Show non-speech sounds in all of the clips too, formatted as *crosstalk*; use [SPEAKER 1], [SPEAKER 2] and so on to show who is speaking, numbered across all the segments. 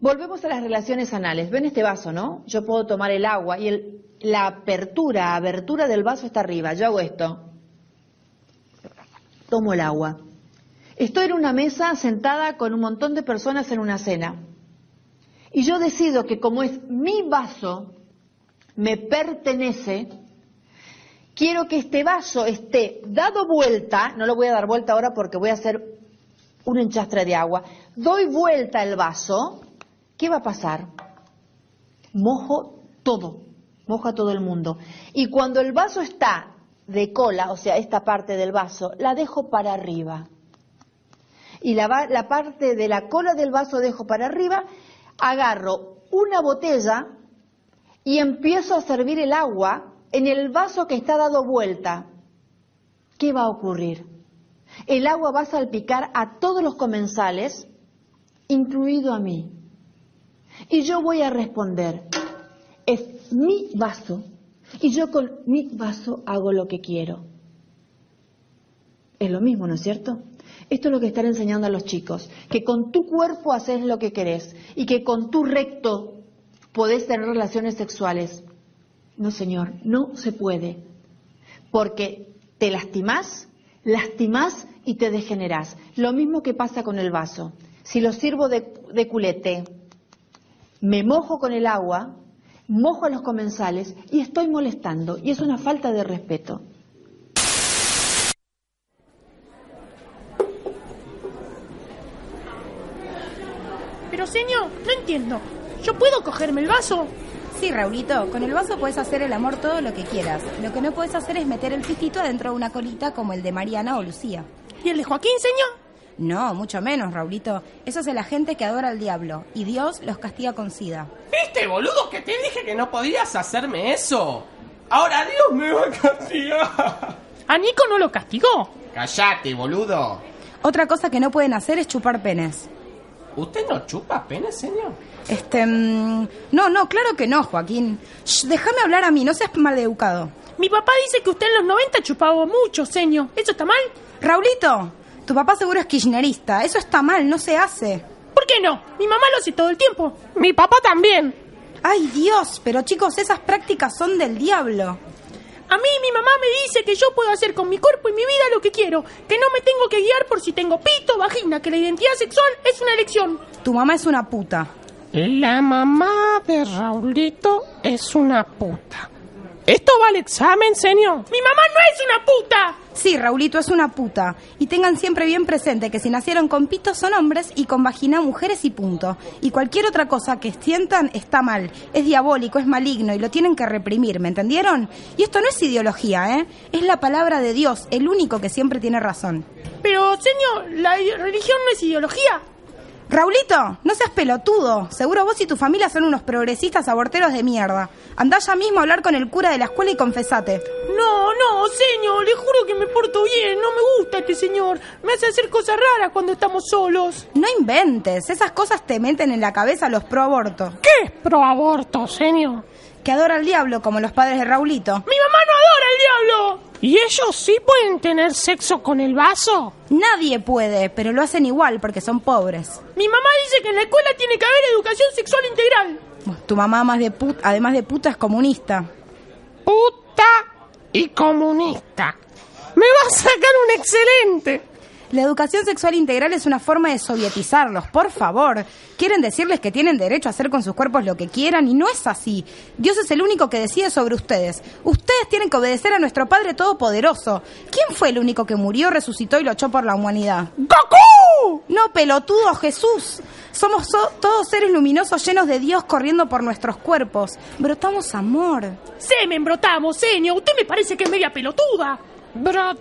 [SPEAKER 1] Volvemos a las relaciones anales. Ven este vaso, ¿no? Yo puedo tomar el agua y el- la apertura, abertura del vaso está arriba. Yo hago esto. Tomo el agua. Estoy en una mesa sentada con un montón de personas en una cena. Y yo decido que como es mi vaso, me pertenece, quiero que este vaso esté dado vuelta, no lo voy a dar vuelta ahora porque voy a hacer un enchastre de agua, doy vuelta el vaso, ¿qué va a pasar? Mojo todo, mojo a todo el mundo. Y cuando el vaso está de cola, o sea, esta parte del vaso, la dejo para arriba. Y la, va- la parte de la cola del vaso dejo para arriba, agarro una botella y empiezo a servir el agua en el vaso que está dado vuelta. ¿Qué va a ocurrir? El agua va a salpicar a todos los comensales, incluido a mí. Y yo voy a responder, es mi vaso y yo con mi vaso hago lo que quiero. Es lo mismo, ¿no es cierto? Esto es lo que están enseñando a los chicos, que con tu cuerpo haces lo que querés y que con tu recto podés tener relaciones sexuales. No, señor, no se puede, porque te lastimás, lastimás y te degenerás. Lo mismo que pasa con el vaso. Si lo sirvo de, de culete, me mojo con el agua, mojo a los comensales y estoy molestando, y es una falta de respeto.
[SPEAKER 2] Pero señor, no entiendo. ¿Yo puedo cogerme el vaso?
[SPEAKER 3] Sí, Raulito, con el vaso puedes hacer el amor todo lo que quieras. Lo que no puedes hacer es meter el pistito adentro de una colita como el de Mariana o Lucía.
[SPEAKER 2] ¿Y el de Joaquín, señor?
[SPEAKER 3] No, mucho menos, Raulito. Eso es de la gente que adora al diablo y Dios los castiga con sida.
[SPEAKER 4] ¿Viste, Este boludo, que te dije que no podías hacerme eso? Ahora Dios me va a castigar.
[SPEAKER 2] A Nico no lo castigó.
[SPEAKER 4] Callate, boludo.
[SPEAKER 3] Otra cosa que no pueden hacer es chupar penes.
[SPEAKER 4] ¿Usted no chupa pene, señor?
[SPEAKER 3] Este. mm, No, no, claro que no, Joaquín. Shh, déjame hablar a mí, no seas maleducado.
[SPEAKER 2] Mi papá dice que usted en los 90 chupaba mucho, señor. ¿Eso está mal?
[SPEAKER 3] Raulito, tu papá seguro es kirchnerista. Eso está mal, no se hace.
[SPEAKER 2] ¿Por qué no? Mi mamá lo hace todo el tiempo. Mi papá también.
[SPEAKER 3] Ay, Dios, pero chicos, esas prácticas son del diablo.
[SPEAKER 2] A mí mi mamá me dice que yo puedo hacer con mi cuerpo y mi vida lo que quiero, que no me tengo que guiar por si tengo pito, vagina, que la identidad sexual es una elección.
[SPEAKER 3] Tu mamá es una puta.
[SPEAKER 5] La mamá de Raulito es una puta. ¿Esto va al examen, señor?
[SPEAKER 2] Mi mamá no es una puta.
[SPEAKER 3] Sí, Raulito es una puta. Y tengan siempre bien presente que si nacieron con pitos son hombres y con vagina mujeres y punto. Y cualquier otra cosa que sientan está mal. Es diabólico, es maligno y lo tienen que reprimir, ¿me entendieron? Y esto no es ideología, ¿eh? Es la palabra de Dios, el único que siempre tiene razón.
[SPEAKER 2] Pero, señor, la i- religión no es ideología.
[SPEAKER 3] Raulito, no seas pelotudo. Seguro vos y tu familia son unos progresistas aborteros de mierda. Andá ya mismo a hablar con el cura de la escuela y confesate.
[SPEAKER 2] No, no, señor, le juro que me porto bien, no me gusta este señor. Me hace hacer cosas raras cuando estamos solos.
[SPEAKER 3] No inventes, esas cosas te meten en la cabeza los pro aborto.
[SPEAKER 5] ¿Qué es proaborto, señor?
[SPEAKER 3] que adora al diablo como los padres de Raulito.
[SPEAKER 2] Mi mamá no adora al diablo.
[SPEAKER 5] ¿Y ellos sí pueden tener sexo con el vaso?
[SPEAKER 3] Nadie puede, pero lo hacen igual porque son pobres.
[SPEAKER 2] Mi mamá dice que en la escuela tiene que haber educación sexual integral.
[SPEAKER 3] Tu mamá, más de put- además de puta, es comunista.
[SPEAKER 5] Puta y comunista. Me va a sacar un excelente.
[SPEAKER 3] La educación sexual integral es una forma de sovietizarlos, por favor. Quieren decirles que tienen derecho a hacer con sus cuerpos lo que quieran y no es así. Dios es el único que decide sobre ustedes. Ustedes tienen que obedecer a nuestro Padre Todopoderoso. ¿Quién fue el único que murió, resucitó y luchó por la humanidad?
[SPEAKER 5] ¡Goku!
[SPEAKER 3] No, pelotudo Jesús. Somos so- todos seres luminosos llenos de Dios corriendo por nuestros cuerpos. Brotamos amor.
[SPEAKER 2] Se me embrotamos, señor. Usted me parece que es media pelotuda.
[SPEAKER 5] Brotamos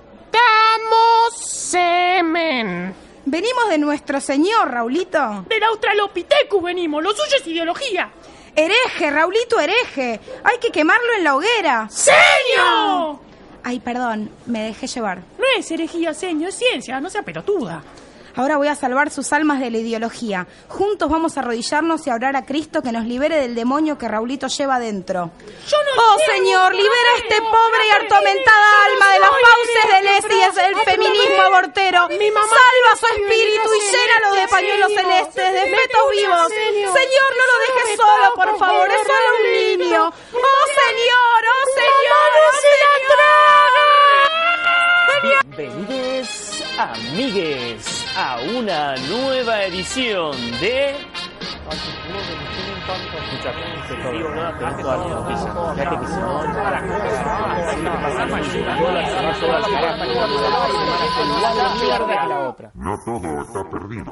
[SPEAKER 5] semen.
[SPEAKER 3] Venimos de nuestro Señor, Raulito.
[SPEAKER 2] Del Australopithecus venimos, lo suyo es ideología.
[SPEAKER 3] Hereje, Raulito, hereje. Hay que quemarlo en la hoguera.
[SPEAKER 2] ¡Señor!
[SPEAKER 3] Ay, perdón, me dejé llevar.
[SPEAKER 2] No es herejía, señor, es ciencia, no sea pelotuda.
[SPEAKER 3] Ahora voy a salvar sus almas de la ideología. Juntos vamos a arrodillarnos y a orar a Cristo que nos libere del demonio que Raulito lleva adentro.
[SPEAKER 2] Yo no
[SPEAKER 3] Oh
[SPEAKER 2] quiero ninguna
[SPEAKER 3] Señor, libera a
[SPEAKER 2] fe,
[SPEAKER 3] este
[SPEAKER 2] no,
[SPEAKER 3] pobre y
[SPEAKER 2] no,
[SPEAKER 3] atormentada
[SPEAKER 2] no,
[SPEAKER 3] alma de las
[SPEAKER 2] no,
[SPEAKER 3] fauces
[SPEAKER 2] no,
[SPEAKER 3] del
[SPEAKER 2] no,
[SPEAKER 3] ESI
[SPEAKER 2] no,
[SPEAKER 3] del
[SPEAKER 2] no,
[SPEAKER 3] feminismo
[SPEAKER 2] no,
[SPEAKER 3] abortero.
[SPEAKER 2] mi mamá
[SPEAKER 3] Salva su
[SPEAKER 2] tiene
[SPEAKER 3] espíritu y
[SPEAKER 2] celeste,
[SPEAKER 3] llénalo de pañuelos
[SPEAKER 2] señor.
[SPEAKER 3] celestes, de
[SPEAKER 2] Tiene
[SPEAKER 3] fetos
[SPEAKER 2] una,
[SPEAKER 3] vivos.
[SPEAKER 2] señor.
[SPEAKER 3] Señor, Oh,
[SPEAKER 6] amigues, a una nueva edición de...
[SPEAKER 7] No todo está perdido.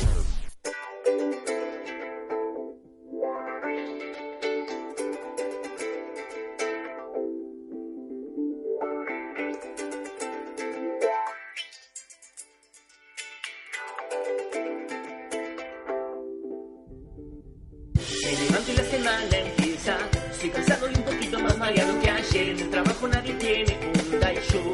[SPEAKER 6] Me levanto y la semana empieza. Estoy cansado y un poquito más mareado que ayer. En el trabajo nadie tiene onda y yo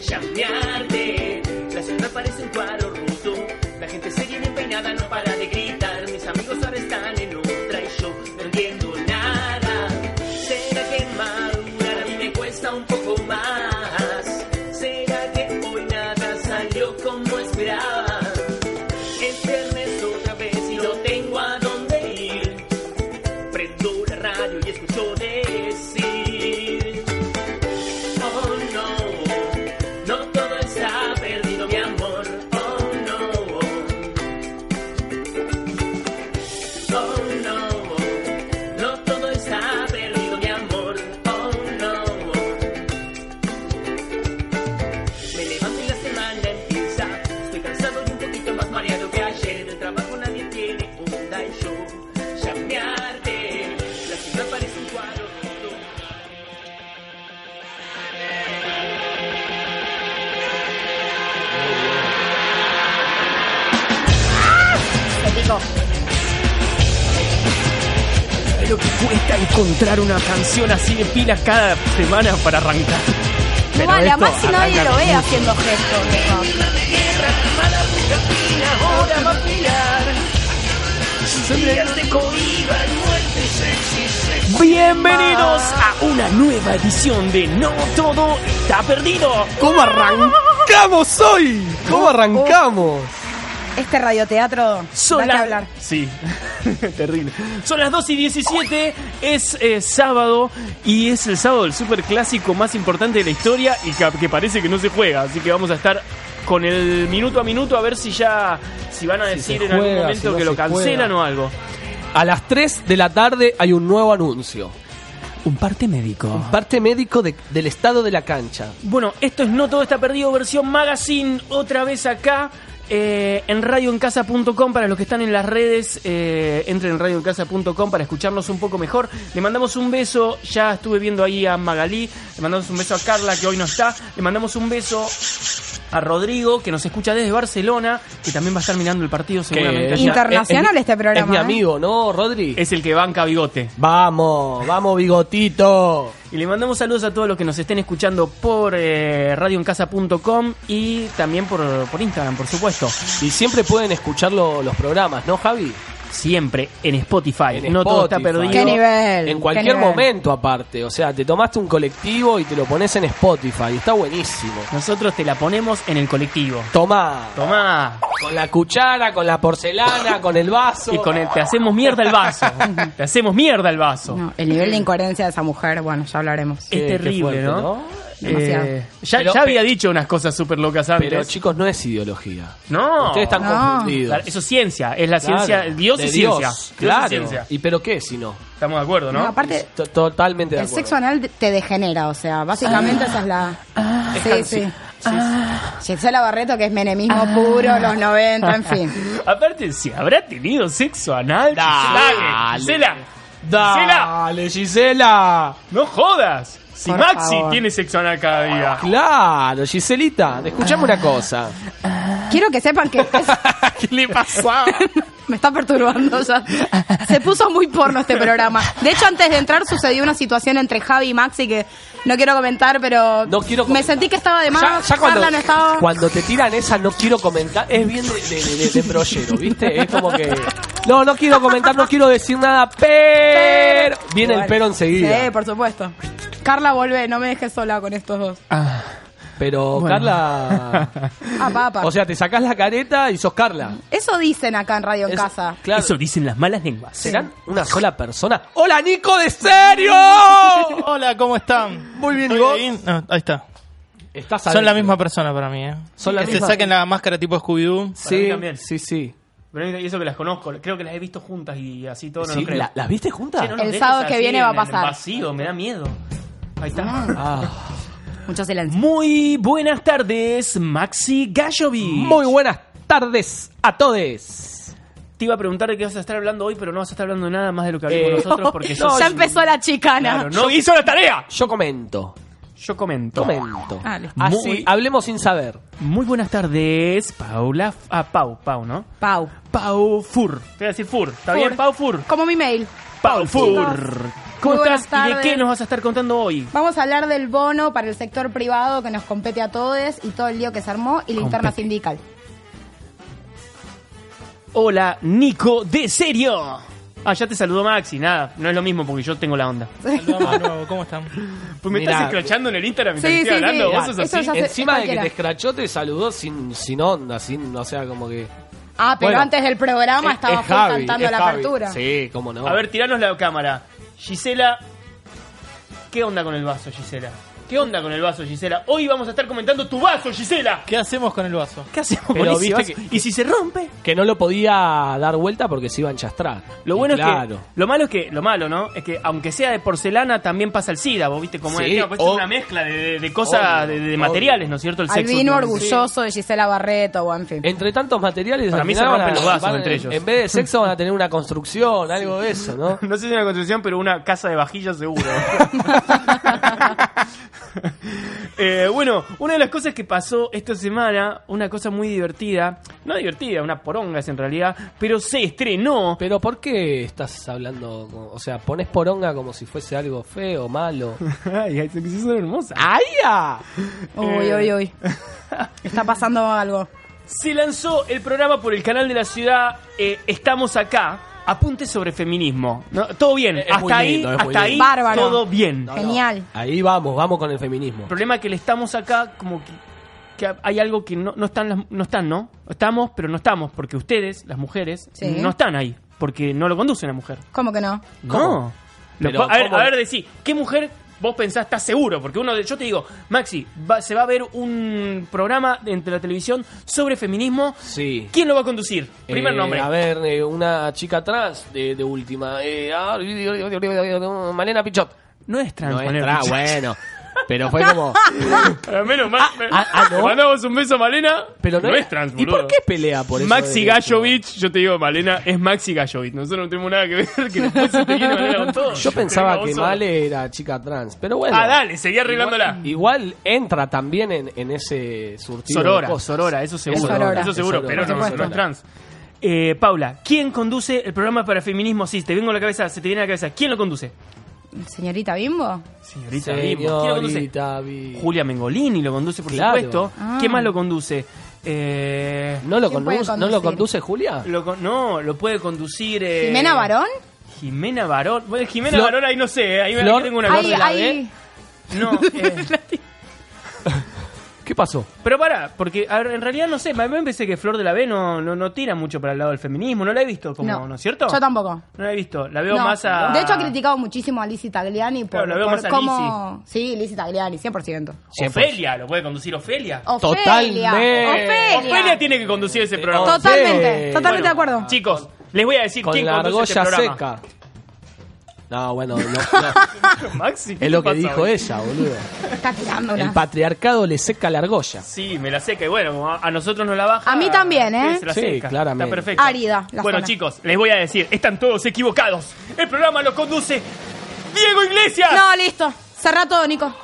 [SPEAKER 6] chambearte. La ciudad parece un cuadro roto. La gente se viene peinada, no para de gritar. Mis amigos ahora están en otra y yo no entiendo nada. ¿Será que madurar a mí me cuesta un poco más? ¿Será que hoy nada salió como esperaba? Es viernes otra vez y no tengo a dónde ir. Prendo la radio y escucho decir Oh no, no todo está perdido mi amor Oh no, oh no, no todo está perdido mi amor Oh no me levanto y la semana empieza. Estoy cansado y un poquito más mareado que ayer. En el trabajo nadie tiene onda y yo llamearte. La ciudad parece un cuadro. roto.
[SPEAKER 2] Lo que cuesta encontrar una canción así de pilas cada semana para arrancar.
[SPEAKER 3] No
[SPEAKER 2] Pero
[SPEAKER 3] vale, a
[SPEAKER 2] esto
[SPEAKER 3] Maxi nadie
[SPEAKER 2] arranca
[SPEAKER 3] lo ve
[SPEAKER 2] mucho.
[SPEAKER 3] haciendo gestos. tipo.
[SPEAKER 6] Ahora va a pilar. Días de cohiba, muerte y sexy, sexy.
[SPEAKER 2] Bienvenidos a una nueva edición de No Todo Está Perdido.
[SPEAKER 4] ¿Cómo arrancamos hoy? ¿Cómo arrancamos?
[SPEAKER 3] Este radioteatro
[SPEAKER 2] Son
[SPEAKER 3] da que
[SPEAKER 2] las-
[SPEAKER 3] hablar.
[SPEAKER 2] Sí, *laughs* terrible. Son las 2 y 17, es eh, sábado y es el sábado del superclásico más importante de la historia y que, que parece que no se juega. Así que vamos a estar con el minuto a minuto a ver si ya, si van a decir
[SPEAKER 4] se
[SPEAKER 2] en algún
[SPEAKER 4] juega,
[SPEAKER 2] momento
[SPEAKER 4] si no
[SPEAKER 2] que
[SPEAKER 4] se
[SPEAKER 2] lo cancelan
[SPEAKER 4] juega.
[SPEAKER 2] o algo.
[SPEAKER 4] A las 3 de la tarde hay un nuevo anuncio.
[SPEAKER 2] Un parte médico.
[SPEAKER 4] Un parte médico de- del estado de la cancha.
[SPEAKER 2] Bueno, esto es No Todo Está Perdido, versión magazine, otra vez acá. eh, en radioencasa.com para los que están en las redes eh, entren en radioencasa.com para escucharnos un poco mejor le mandamos un beso ya estuve viendo ahí a Magalí le mandamos un beso a Carla que hoy no está le mandamos un beso a Rodrigo que nos escucha desde Barcelona que también va a estar mirando el partido seguramente allá.
[SPEAKER 3] Internacional este programa,
[SPEAKER 4] Es mi
[SPEAKER 3] ¿eh?
[SPEAKER 4] amigo, ¿no, Rodri?
[SPEAKER 2] es el que banca bigote
[SPEAKER 4] Vamos, vamos, bigotito.
[SPEAKER 2] Y le mandamos saludos a todos los que nos estén escuchando por eh, radioencasa.com y también por, por Instagram, por supuesto.
[SPEAKER 4] Y siempre pueden escuchar lo- los programas, ¿no, Javi?
[SPEAKER 2] Siempre en Spotify.
[SPEAKER 4] En
[SPEAKER 2] no todo está
[SPEAKER 4] Spotify.
[SPEAKER 2] perdido.
[SPEAKER 3] Qué nivel,
[SPEAKER 4] En
[SPEAKER 3] qué
[SPEAKER 4] cualquier
[SPEAKER 3] nivel.
[SPEAKER 4] momento, aparte. O sea, te tomaste un colectivo y te lo pones en Spotify. Está buenísimo.
[SPEAKER 2] Nosotros te la ponemos en el colectivo.
[SPEAKER 4] Tomá.
[SPEAKER 2] Tomá.
[SPEAKER 4] Con la cuchara, con la
[SPEAKER 2] *laughs*
[SPEAKER 4] porcelana, con el vaso.
[SPEAKER 2] Y con el te hacemos mierda el
[SPEAKER 3] *laughs*
[SPEAKER 2] vaso. te hacemos mierda el vaso.
[SPEAKER 3] No, el nivel de incoherencia de esa mujer, bueno, ya hablaremos.
[SPEAKER 2] Es
[SPEAKER 4] Qué- qué
[SPEAKER 2] terrible,
[SPEAKER 4] fuerte,
[SPEAKER 2] ¿no?
[SPEAKER 4] ¿no?
[SPEAKER 3] Demasiado.
[SPEAKER 2] Eh, ya,
[SPEAKER 4] Pero-
[SPEAKER 2] ya había dicho unas cosas súper locas antes.
[SPEAKER 4] Pero chicos, no es ideología.
[SPEAKER 2] no.
[SPEAKER 4] Ustedes están
[SPEAKER 3] No.
[SPEAKER 4] confundidos.
[SPEAKER 2] Claro, Eso es ciencia. Es la
[SPEAKER 4] Claro,
[SPEAKER 2] ciencia. Dios
[SPEAKER 4] de
[SPEAKER 2] es ciencia. Dios es
[SPEAKER 4] Claro.
[SPEAKER 2] ciencia.
[SPEAKER 4] ¿Y pero qué si no?
[SPEAKER 2] Estamos de acuerdo, ¿no?
[SPEAKER 3] No, aparte,
[SPEAKER 4] To- Totalmente de
[SPEAKER 3] el
[SPEAKER 4] acuerdo.
[SPEAKER 3] sexo anal te degenera, o sea, básicamente esa es la...
[SPEAKER 8] Ah,
[SPEAKER 3] sí, sí. sí. Gisela Barreto, que es menemismo
[SPEAKER 8] Ah.
[SPEAKER 3] puro, los 90, en fin.
[SPEAKER 2] Aparte, si habrá tenido sexo anal, Gisela,
[SPEAKER 4] Dale.
[SPEAKER 2] Gisela,
[SPEAKER 8] Dale,
[SPEAKER 4] Dale, Gisela.
[SPEAKER 8] ¡No jodas! Si
[SPEAKER 3] Por
[SPEAKER 8] Maxi
[SPEAKER 3] favor.
[SPEAKER 8] tiene sexo anal cada día.
[SPEAKER 4] Claro, Giselita, escuchame una cosa.
[SPEAKER 3] Quiero que sepan que
[SPEAKER 4] *laughs* ¿Qué le pasaba?
[SPEAKER 3] me está perturbando ya. Se puso muy porno este programa. De hecho, antes de entrar sucedió una situación entre Javi y Maxi que no quiero comentar, pero
[SPEAKER 4] No quiero
[SPEAKER 3] me
[SPEAKER 4] comentar.
[SPEAKER 3] sentí que estaba de más.
[SPEAKER 4] Ya, ya cuando,
[SPEAKER 3] Carla no estaba.
[SPEAKER 4] cuando te tiran esa, no quiero comentar. Es bien de, de, de- de- de brollero, ¿viste? Es como que. No, no quiero comentar, no quiero decir nada, pero. Viene el
[SPEAKER 3] Igual.
[SPEAKER 4] pero enseguida.
[SPEAKER 3] Sí, por supuesto. Carla, volvé, no me dejes sola con estos dos.
[SPEAKER 4] Ah. Pero,
[SPEAKER 3] *laughs*
[SPEAKER 8] Bueno.
[SPEAKER 4] Carla.
[SPEAKER 3] Ah, papa.
[SPEAKER 4] O sea, te sacás la careta y sos Carla.
[SPEAKER 3] Eso dicen acá en Radio en
[SPEAKER 4] Es-
[SPEAKER 3] Casa.
[SPEAKER 4] Claro.
[SPEAKER 8] Eso dicen las malas lenguas.
[SPEAKER 4] ¿Serán una sola persona? ¡Hola, Nico de serio!
[SPEAKER 3] *laughs*
[SPEAKER 9] Oh, Hola, ¿cómo están?
[SPEAKER 4] Muy bien, ¿y
[SPEAKER 9] ¿Estoy
[SPEAKER 4] vos?
[SPEAKER 9] ahí? No, ahí está.
[SPEAKER 4] Estás
[SPEAKER 9] Son la
[SPEAKER 4] adentro.
[SPEAKER 9] misma persona para mí, ¿eh?
[SPEAKER 4] Son la
[SPEAKER 9] que
[SPEAKER 4] misma.
[SPEAKER 9] se saquen la máscara tipo Scooby-Doo.
[SPEAKER 8] Para mí
[SPEAKER 4] Sí,
[SPEAKER 8] también.
[SPEAKER 4] sí, sí.
[SPEAKER 8] Pero y eso que las conozco, creo que las he visto juntas y así todo, no
[SPEAKER 4] Sí,
[SPEAKER 8] lo creo.
[SPEAKER 4] ¿la- ¿Las viste juntas?
[SPEAKER 8] Che, no nos
[SPEAKER 3] El
[SPEAKER 8] dejes
[SPEAKER 3] sábado que
[SPEAKER 8] así
[SPEAKER 3] viene va a
[SPEAKER 8] en el
[SPEAKER 3] pasar.
[SPEAKER 8] vacío, me da miedo. Ahí está.
[SPEAKER 4] Ah.
[SPEAKER 3] Mucho silencio.
[SPEAKER 8] Muy buenas tardes, Maxi Gallovich.
[SPEAKER 4] Muy buenas tardes a todos.
[SPEAKER 8] Te iba a preguntar de qué vas a estar hablando hoy, pero no vas a estar hablando de nada más de lo que hablé con
[SPEAKER 4] Eh,
[SPEAKER 8] *laughs* nosotros porque yo...
[SPEAKER 3] ya empezó la chicana.
[SPEAKER 8] Claro, no hizo la tarea.
[SPEAKER 4] Yo comento,
[SPEAKER 8] Yo comento.
[SPEAKER 4] comento.
[SPEAKER 3] Ah, listo.
[SPEAKER 4] Así,
[SPEAKER 8] Muy-
[SPEAKER 4] hablemos sin saber.
[SPEAKER 8] Muy buenas tardes, Paula... Ah, Pau, Pau, ¿no?
[SPEAKER 3] Pau.
[SPEAKER 8] Pau Fur. Te voy a decir Fur. ¿Está
[SPEAKER 3] Fur.
[SPEAKER 8] bien, Pau Fur?
[SPEAKER 3] Como mi mail.
[SPEAKER 8] Pau Fur.
[SPEAKER 3] Chicos,
[SPEAKER 8] ¿Cómo
[SPEAKER 3] muy buenas
[SPEAKER 8] estás? ¿Y de
[SPEAKER 3] tardes.
[SPEAKER 8] qué nos vas a estar contando hoy?
[SPEAKER 3] Vamos a hablar del bono para el sector privado que nos compete a todos y todo el lío que se armó y la interna
[SPEAKER 8] Compete.
[SPEAKER 3] sindical.
[SPEAKER 8] Hola, Nico de Serio. Ah, ya te saludó Maxi, nada, no es lo mismo porque yo tengo la onda.
[SPEAKER 9] Saludamos de nuevo, ¿cómo están?
[SPEAKER 8] Pues me
[SPEAKER 4] Mirá.
[SPEAKER 8] estás escrachando en el Instagram mientras
[SPEAKER 3] Sí,
[SPEAKER 8] estoy
[SPEAKER 3] sí,
[SPEAKER 8] hablando,
[SPEAKER 3] sí.
[SPEAKER 8] vos sos
[SPEAKER 3] Eso
[SPEAKER 8] así.
[SPEAKER 3] ya sé.
[SPEAKER 4] Encima de que
[SPEAKER 3] cualquiera.
[SPEAKER 4] te escrachó, te saludó sin, sin onda, sin, o sea, como que...
[SPEAKER 3] Ah, pero
[SPEAKER 4] Bueno,
[SPEAKER 3] antes del programa
[SPEAKER 4] Es-
[SPEAKER 3] estaba
[SPEAKER 4] es
[SPEAKER 3] full
[SPEAKER 4] Javi,
[SPEAKER 3] cantando
[SPEAKER 4] es
[SPEAKER 3] la
[SPEAKER 4] Javi.
[SPEAKER 3] apertura.
[SPEAKER 4] Sí, cómo no.
[SPEAKER 8] A ver, tiranos la cámara. Gisela, ¿qué onda con el vaso, Gisela? ¿Qué onda con el vaso, Gisela? Hoy vamos a estar comentando tu vaso, Gisela.
[SPEAKER 9] ¿Qué hacemos con el vaso?
[SPEAKER 8] ¿Qué hacemos
[SPEAKER 4] Pero
[SPEAKER 8] con ese
[SPEAKER 4] viste
[SPEAKER 8] vaso? ¿Y si se rompe?
[SPEAKER 4] Que no lo podía dar vuelta porque se iba a enchastrar.
[SPEAKER 8] Lo bueno
[SPEAKER 4] Y claro.
[SPEAKER 8] es que lo malo es que lo malo, ¿no? Es que aunque sea de porcelana también pasa el SIDA, vos viste cómo
[SPEAKER 4] Sí,
[SPEAKER 8] es, Claro, pues es
[SPEAKER 4] ob-
[SPEAKER 8] una mezcla de, de- de cosas
[SPEAKER 4] obvio,
[SPEAKER 8] de, de
[SPEAKER 4] obvio.
[SPEAKER 8] materiales, ¿no es cierto? El sexo.
[SPEAKER 3] Albino
[SPEAKER 8] ¿no?
[SPEAKER 3] orgulloso de Gisela Barreto, o en fin.
[SPEAKER 4] Entre tantos materiales...
[SPEAKER 8] Para
[SPEAKER 4] al
[SPEAKER 8] mí se
[SPEAKER 4] final van
[SPEAKER 8] rompen
[SPEAKER 4] a-
[SPEAKER 8] los vasos
[SPEAKER 4] van a-
[SPEAKER 8] entre ellos.
[SPEAKER 4] En vez de sexo van a tener una
[SPEAKER 8] *laughs*
[SPEAKER 4] construcción, algo de eso, ¿no?
[SPEAKER 8] No sé si es una construcción, pero una casa de vajilla *laughs* seguro. Eh, bueno, una de las cosas que pasó esta semana, una cosa muy divertida, no divertida, una poronga es en realidad, pero se estrenó.
[SPEAKER 4] Pero ¿por qué estás hablando? con- O sea, pones poronga como si fuese algo feo, malo.
[SPEAKER 8] *laughs* Ay, ay, que son hermosas.
[SPEAKER 4] ¡Ay! ah!
[SPEAKER 3] Uy, uy,
[SPEAKER 4] *laughs*
[SPEAKER 3] uy. Está pasando algo.
[SPEAKER 8] Se lanzó el programa por el canal de la ciudad eh, Estamos Acá. Apunte sobre feminismo. ¿no? Todo bien.
[SPEAKER 4] Eh, Es muy
[SPEAKER 8] hasta
[SPEAKER 4] lindo,
[SPEAKER 8] ahí,
[SPEAKER 4] es muy
[SPEAKER 8] hasta ahí
[SPEAKER 3] lindo. Bárbaro.
[SPEAKER 8] todo bien.
[SPEAKER 4] No, no.
[SPEAKER 3] Genial.
[SPEAKER 4] Ahí vamos, vamos con el feminismo.
[SPEAKER 8] El problema es que le estamos acá como que, que hay algo que no, no están, las- no están, ¿no? Estamos, pero no estamos, porque ustedes, las mujeres,
[SPEAKER 3] Sí.
[SPEAKER 8] no están ahí, porque no lo conduce una mujer.
[SPEAKER 3] ¿Cómo que no?
[SPEAKER 4] ¿Cómo?
[SPEAKER 8] Lo
[SPEAKER 4] Pero,
[SPEAKER 8] cu- a, ver,
[SPEAKER 4] ¿cómo?
[SPEAKER 8] a ver, decí, ¿qué mujer vos pensás está seguro? Porque uno, de- yo te digo, Maxi, va- se va a ver un programa entre la televisión sobre feminismo.
[SPEAKER 4] Sí.
[SPEAKER 8] ¿Quién lo va a conducir? Primer
[SPEAKER 4] Eh,
[SPEAKER 8] nombre.
[SPEAKER 4] A ver, eh, una chica trans de, de última. Eh, ah, Malena Pichot.
[SPEAKER 8] No es trans.
[SPEAKER 4] No es
[SPEAKER 8] Malena
[SPEAKER 4] tra-
[SPEAKER 8] Pichot.
[SPEAKER 4] bueno. Pero fue
[SPEAKER 8] *laughs*
[SPEAKER 4] como.
[SPEAKER 8] Eh, Menos mal. me-
[SPEAKER 4] ah, ah, ¿no?
[SPEAKER 8] le Mandamos un beso a Malena.
[SPEAKER 4] Pero no,
[SPEAKER 8] no
[SPEAKER 4] era-
[SPEAKER 8] es trans,
[SPEAKER 4] ¿Y
[SPEAKER 8] boludo.
[SPEAKER 4] por qué pelea por eso?
[SPEAKER 8] Maxi
[SPEAKER 4] de-
[SPEAKER 8] Gallovich, yo te digo, Malena, es Maxi Gallovich. Nosotros no tenemos nada que ver, que después se te quiere
[SPEAKER 4] *laughs*
[SPEAKER 8] Malena con todo.
[SPEAKER 4] Yo
[SPEAKER 8] Te
[SPEAKER 4] pensaba
[SPEAKER 8] digo,
[SPEAKER 4] que
[SPEAKER 8] vos sos-
[SPEAKER 4] Male era chica trans, pero bueno.
[SPEAKER 8] Ah, dale, seguí arreglándola.
[SPEAKER 4] Igual, igual entra también en, en ese surtido. de
[SPEAKER 8] Sorora,
[SPEAKER 4] cosas.
[SPEAKER 8] Sorora, eso seguro.
[SPEAKER 3] Sorora.
[SPEAKER 8] Eso seguro,
[SPEAKER 4] Es Sorora.
[SPEAKER 8] pero no,
[SPEAKER 3] Por
[SPEAKER 8] no es
[SPEAKER 3] supuesto.
[SPEAKER 8] trans. Eh, Paula, ¿quién conduce el programa para feminismo? Sí, te vengo a la cabeza, se te viene a la cabeza. ¿Quién lo conduce?
[SPEAKER 3] ¿Señorita Bimbo?
[SPEAKER 8] Señorita, Bimbo. ¿quién lo conduce?
[SPEAKER 4] Señorita Bimbo.
[SPEAKER 8] Julia Mengolini lo conduce, por
[SPEAKER 4] Claro.
[SPEAKER 8] supuesto.
[SPEAKER 3] Ah.
[SPEAKER 8] ¿Quién más lo conduce? Eh,
[SPEAKER 4] ¿No lo,
[SPEAKER 3] ¿Quién puede
[SPEAKER 4] conduce, ¿No lo
[SPEAKER 3] conducir?
[SPEAKER 4] conduce Julia?
[SPEAKER 8] lo con- no, lo puede conducir. eh,
[SPEAKER 3] ¿Jimena Barón?
[SPEAKER 8] Jimena Barón. Bueno, Jimena
[SPEAKER 4] Flor-
[SPEAKER 8] Barón, ahí no sé, eh, ahí me-
[SPEAKER 4] Flor-
[SPEAKER 8] ahí tengo una
[SPEAKER 4] Flor
[SPEAKER 3] Ay,
[SPEAKER 4] de
[SPEAKER 8] duda.
[SPEAKER 4] la
[SPEAKER 3] ay. *laughs*
[SPEAKER 8] No, eh,
[SPEAKER 4] ¿Qué pasó?
[SPEAKER 8] pero para, porque a ver, en realidad no sé, me me pensé que Flor de la B no, no, no tira mucho para el lado del feminismo, no la he visto como, ¿no, es cierto?
[SPEAKER 3] Yo tampoco.
[SPEAKER 8] No la he visto, la veo
[SPEAKER 3] No.
[SPEAKER 8] más a...
[SPEAKER 3] De hecho, ha criticado muchísimo a Lizzie Tagliani por,
[SPEAKER 8] Claro, la veo
[SPEAKER 3] por
[SPEAKER 8] más a
[SPEAKER 3] cómo. Sí, Lizzie Tagliani, 100%.
[SPEAKER 8] Ofelia, lo puede conducir Ofelia.
[SPEAKER 3] Ofelia.
[SPEAKER 4] Totalmente.
[SPEAKER 3] Ofelia.
[SPEAKER 8] Ofelia tiene que conducir
[SPEAKER 4] Eh,
[SPEAKER 8] ese programa.
[SPEAKER 4] Tot-
[SPEAKER 3] Totalmente,
[SPEAKER 4] Sí.
[SPEAKER 3] totalmente
[SPEAKER 8] Bueno,
[SPEAKER 3] de acuerdo.
[SPEAKER 8] Chicos, les voy a decir
[SPEAKER 4] oh. Con
[SPEAKER 8] quién
[SPEAKER 4] la
[SPEAKER 8] conduce este
[SPEAKER 4] argolla
[SPEAKER 8] programa.
[SPEAKER 4] seca. No, bueno, lo- no,
[SPEAKER 8] *laughs* Maxi, ¿qué
[SPEAKER 4] es lo
[SPEAKER 8] te
[SPEAKER 4] que
[SPEAKER 8] pasa
[SPEAKER 4] dijo
[SPEAKER 8] hoy?
[SPEAKER 4] ella, boludo.
[SPEAKER 3] Está tirándola.
[SPEAKER 4] El patriarcado le seca la argolla.
[SPEAKER 8] Sí, me la seca. Y bueno, como a a nosotros nos la baja.
[SPEAKER 3] A mí también, ¿eh?
[SPEAKER 8] Sí, se la
[SPEAKER 4] Sí,
[SPEAKER 8] seca.
[SPEAKER 4] claramente.
[SPEAKER 8] Está perfecto.
[SPEAKER 3] Árida la
[SPEAKER 8] bueno,
[SPEAKER 3] zona.
[SPEAKER 8] chicos, les voy a decir, están todos equivocados. El programa lo conduce Diego Iglesias.
[SPEAKER 3] No, listo. Cerrá todo, Nico.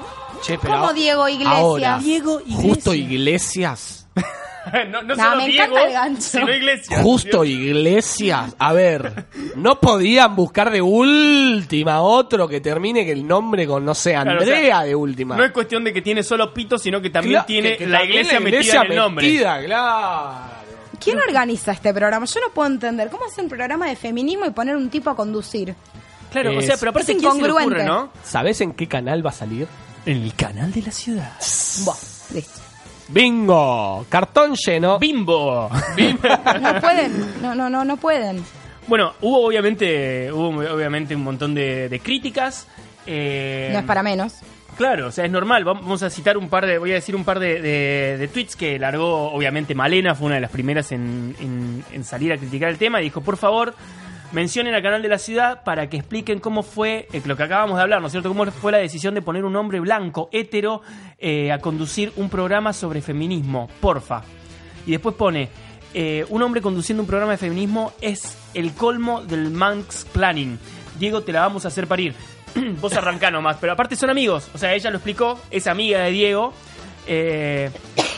[SPEAKER 4] Che,
[SPEAKER 3] ¿Cómo Diego Iglesias?
[SPEAKER 4] ahora,
[SPEAKER 2] Diego Iglesias.
[SPEAKER 4] Justo Iglesias.
[SPEAKER 8] *laughs* no,
[SPEAKER 3] No,
[SPEAKER 8] no solo
[SPEAKER 3] me
[SPEAKER 8] Diego,
[SPEAKER 3] encanta el gancho.
[SPEAKER 8] sino Iglesias.
[SPEAKER 4] Justo Iglesias. A ver, no podían buscar de última otro que termine que el nombre con, no sé,
[SPEAKER 8] Claro,
[SPEAKER 4] Andrea
[SPEAKER 8] o sea,
[SPEAKER 4] de última.
[SPEAKER 8] No es cuestión de que tiene solo pito, sino que también
[SPEAKER 4] Cla-
[SPEAKER 8] tiene
[SPEAKER 4] que- que
[SPEAKER 8] la,
[SPEAKER 4] también
[SPEAKER 8] iglesia metida en el nombre.
[SPEAKER 4] metida, claro.
[SPEAKER 3] ¿Quién organiza este programa? Yo no puedo entender. ¿Cómo hacen programa de feminismo y poner un tipo a conducir?
[SPEAKER 8] Claro, o
[SPEAKER 4] Es-
[SPEAKER 8] sea, pero aparte
[SPEAKER 3] es
[SPEAKER 8] ¿quién se le
[SPEAKER 3] incongruente.
[SPEAKER 8] ocurre, no?
[SPEAKER 4] ¿Sabés en qué canal va a salir?
[SPEAKER 8] En el canal de la ciudad.
[SPEAKER 3] Buah, listo.
[SPEAKER 4] Bingo, cartón lleno.
[SPEAKER 8] Bimbo. *laughs*
[SPEAKER 3] No pueden. No, no, no, no pueden.
[SPEAKER 8] bueno, hubo obviamente, hubo obviamente un montón de, de críticas. eh,
[SPEAKER 3] No es para menos.
[SPEAKER 8] Claro, o sea, es normal. Vam- Vamos a citar un par de, voy a decir un par de, de- de tweets que largó, obviamente, Malena, fue una de las primeras en, en- en salir a criticar el tema y dijo, por favor, mencionen al canal de la ciudad para que expliquen cómo fue, eh, lo que acabamos de hablar, ¿no es cierto? Cómo fue la decisión de poner un hombre blanco, hétero, eh, a conducir un programa sobre feminismo, porfa. Y después pone, eh, un hombre conduciendo un programa de feminismo es el colmo del manx planning. Diego, te la vamos a hacer parir. *clears throat* Vos arrancá nomás, pero aparte son amigos. O sea, ella lo explicó, es amiga de Diego. Eh,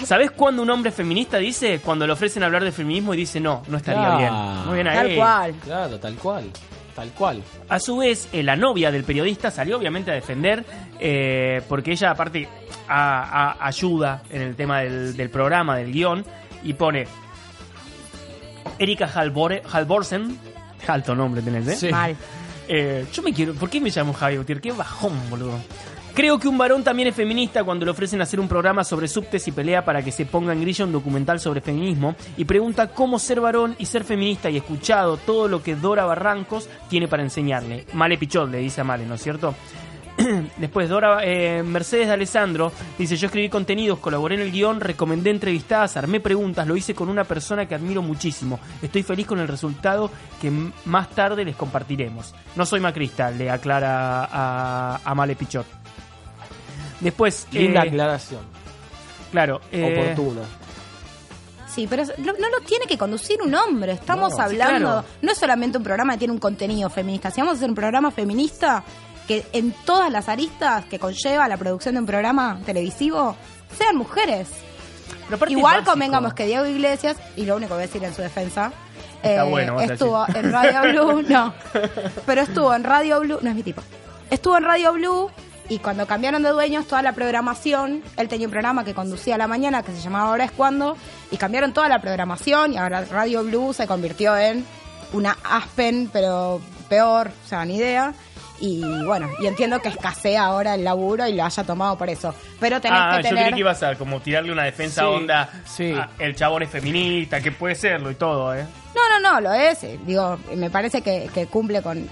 [SPEAKER 8] ¿Sabés cuándo un hombre feminista dice? Cuando le ofrecen hablar de feminismo y dice no, no estaría
[SPEAKER 4] Ah,
[SPEAKER 8] bien. Muy bien
[SPEAKER 3] Tal
[SPEAKER 8] ahí.
[SPEAKER 3] cual.
[SPEAKER 4] Claro, tal cual, tal cual.
[SPEAKER 8] A su vez, eh, la novia del periodista salió obviamente a defender, eh, porque ella aparte a- a- ayuda en el tema del, del programa, del guión, y pone Erika Halbore, Halvorsen, alto nombre tenés, ¿eh?
[SPEAKER 4] Sí.
[SPEAKER 3] Mal.
[SPEAKER 8] Eh, yo me quiero. ¿Por qué me llamo Javi Gautier? Qué bajón, boludo. Creo que un varón también es feminista cuando le ofrecen hacer un programa sobre subtes y pelea para que se ponga en grilla un documental sobre feminismo y pregunta cómo ser varón y ser feminista y escuchado todo lo que Dora Barrancos tiene para enseñarle. Male Pichot le dice a Male, ¿no es cierto? *clears throat* Después, Dora eh, Mercedes de Alessandro dice: Yo escribí contenidos, colaboré en el guión, recomendé entrevistadas, armé preguntas, lo hice con una persona que admiro muchísimo. Estoy feliz con el resultado que m- más tarde les compartiremos. No soy macrista, le aclara a, a Male Pichot. Después,
[SPEAKER 4] Linda
[SPEAKER 8] eh,
[SPEAKER 4] aclaración,
[SPEAKER 8] claro, eh,
[SPEAKER 4] oportuna.
[SPEAKER 3] Sí, pero no, no lo tiene que conducir un hombre. Estamos
[SPEAKER 4] No, sí,
[SPEAKER 3] hablando.
[SPEAKER 8] claro.
[SPEAKER 3] No es solamente un programa que tiene un contenido feminista. Si vamos a hacer un programa feminista, que en todas las aristas que conlleva la producción de un programa televisivo, sean mujeres.
[SPEAKER 8] pero aparte es
[SPEAKER 3] Igual
[SPEAKER 8] básico.
[SPEAKER 3] convengamos que Diego Iglesias, y lo único que voy a decir en su defensa, eh,
[SPEAKER 8] Está bueno, vas a
[SPEAKER 3] estuvo en Radio
[SPEAKER 8] *laughs*
[SPEAKER 3] Blue, no, pero estuvo en Radio Blue, no es mi tipo, estuvo en Radio Blue y cuando cambiaron de dueños toda la programación, él tenía un programa que conducía a la mañana que se llamaba Ahora es cuando, y cambiaron toda la programación y ahora Radio Blue se convirtió en una Aspen, pero peor, o sea, ni idea. Y bueno, y entiendo que escasea ahora el laburo y lo haya tomado por eso. Pero tenés
[SPEAKER 8] Ah,
[SPEAKER 3] que
[SPEAKER 8] yo
[SPEAKER 3] tener...
[SPEAKER 8] creí que ibas a como tirarle una defensa
[SPEAKER 4] Sí,
[SPEAKER 8] onda.
[SPEAKER 4] sí.
[SPEAKER 8] ah, el chabón es feminista, que puede serlo y todo, ¿eh?
[SPEAKER 3] No, no, no, lo es. eh, Digo, me parece que, que cumple con.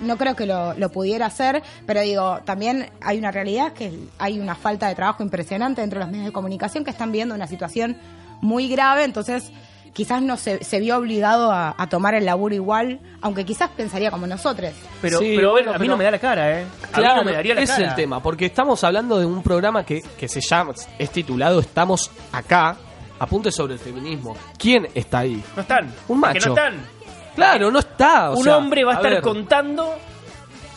[SPEAKER 3] No creo que lo, lo pudiera hacer, pero digo, también hay una realidad que hay una falta de trabajo impresionante dentro de los medios de comunicación que están viendo una situación muy grave, entonces quizás no se, se vio obligado a, a tomar el laburo igual, aunque quizás pensaría como nosotros.
[SPEAKER 8] Pero,
[SPEAKER 4] Sí,
[SPEAKER 8] pero a ver,
[SPEAKER 4] bueno,
[SPEAKER 8] a mí
[SPEAKER 4] pero-
[SPEAKER 8] no me da la cara, ¿eh? A mí no
[SPEAKER 4] Claro,
[SPEAKER 8] me daría la
[SPEAKER 4] es
[SPEAKER 8] cara.
[SPEAKER 4] el tema, porque estamos hablando de un programa que, que se llama, es titulado Estamos acá, apunte sobre el feminismo. ¿Quién está ahí?
[SPEAKER 8] No están.
[SPEAKER 4] Un
[SPEAKER 8] Es Que no
[SPEAKER 4] macho.
[SPEAKER 8] están.
[SPEAKER 4] Claro, no está. o
[SPEAKER 8] un
[SPEAKER 4] sea,
[SPEAKER 8] hombre va a estar
[SPEAKER 4] ver,
[SPEAKER 8] contando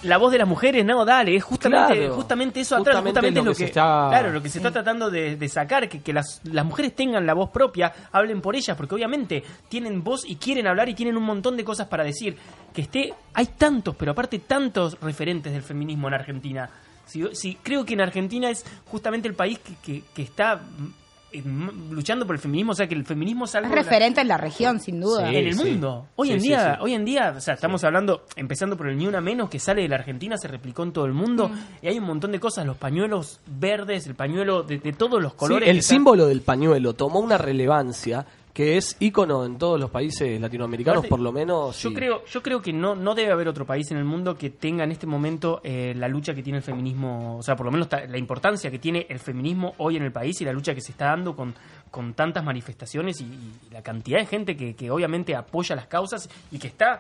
[SPEAKER 8] la voz de las mujeres, no, dale, es justamente,
[SPEAKER 4] Claro.
[SPEAKER 8] justamente eso atrás,
[SPEAKER 4] Justamente
[SPEAKER 8] justamente es lo que,
[SPEAKER 4] se está-
[SPEAKER 8] claro, lo que se está tratando de, de sacar, que, que las, las mujeres tengan la voz propia, hablen por ellas, porque obviamente tienen voz y quieren hablar y tienen un montón de cosas para decir. Que esté, hay tantos, pero aparte tantos referentes del feminismo en Argentina. Si, si- creo que en Argentina es justamente el país que, que- que está mm, mm, luchando por el feminismo, o sea que el feminismo es
[SPEAKER 3] Es
[SPEAKER 8] algo
[SPEAKER 3] referente en la región, sin duda.
[SPEAKER 4] Sí.
[SPEAKER 8] en el mundo. Hoy en
[SPEAKER 4] Sí,
[SPEAKER 8] día,
[SPEAKER 4] sí, sí.
[SPEAKER 8] hoy en día, o sea, estamos hablando, empezando por el ni una menos que sale de la Argentina, se replicó en todo el mundo y hay un montón de cosas, los pañuelos verdes, el pañuelo de, de todos los
[SPEAKER 4] Sí,
[SPEAKER 8] colores.
[SPEAKER 4] el
[SPEAKER 8] que están-
[SPEAKER 4] símbolo del pañuelo tomó una relevancia que es ícono en todos los países latinoamericanos,
[SPEAKER 8] Aparte,
[SPEAKER 4] por lo menos.
[SPEAKER 8] Yo
[SPEAKER 4] y-
[SPEAKER 8] creo, yo creo que no, no debe haber otro país en el mundo que tenga en este momento eh, la lucha que tiene el feminismo, o sea, por lo menos ta- la importancia que tiene el feminismo hoy en el país y la lucha que se está dando con, con tantas manifestaciones y, y la cantidad de gente que, que obviamente apoya las causas y que está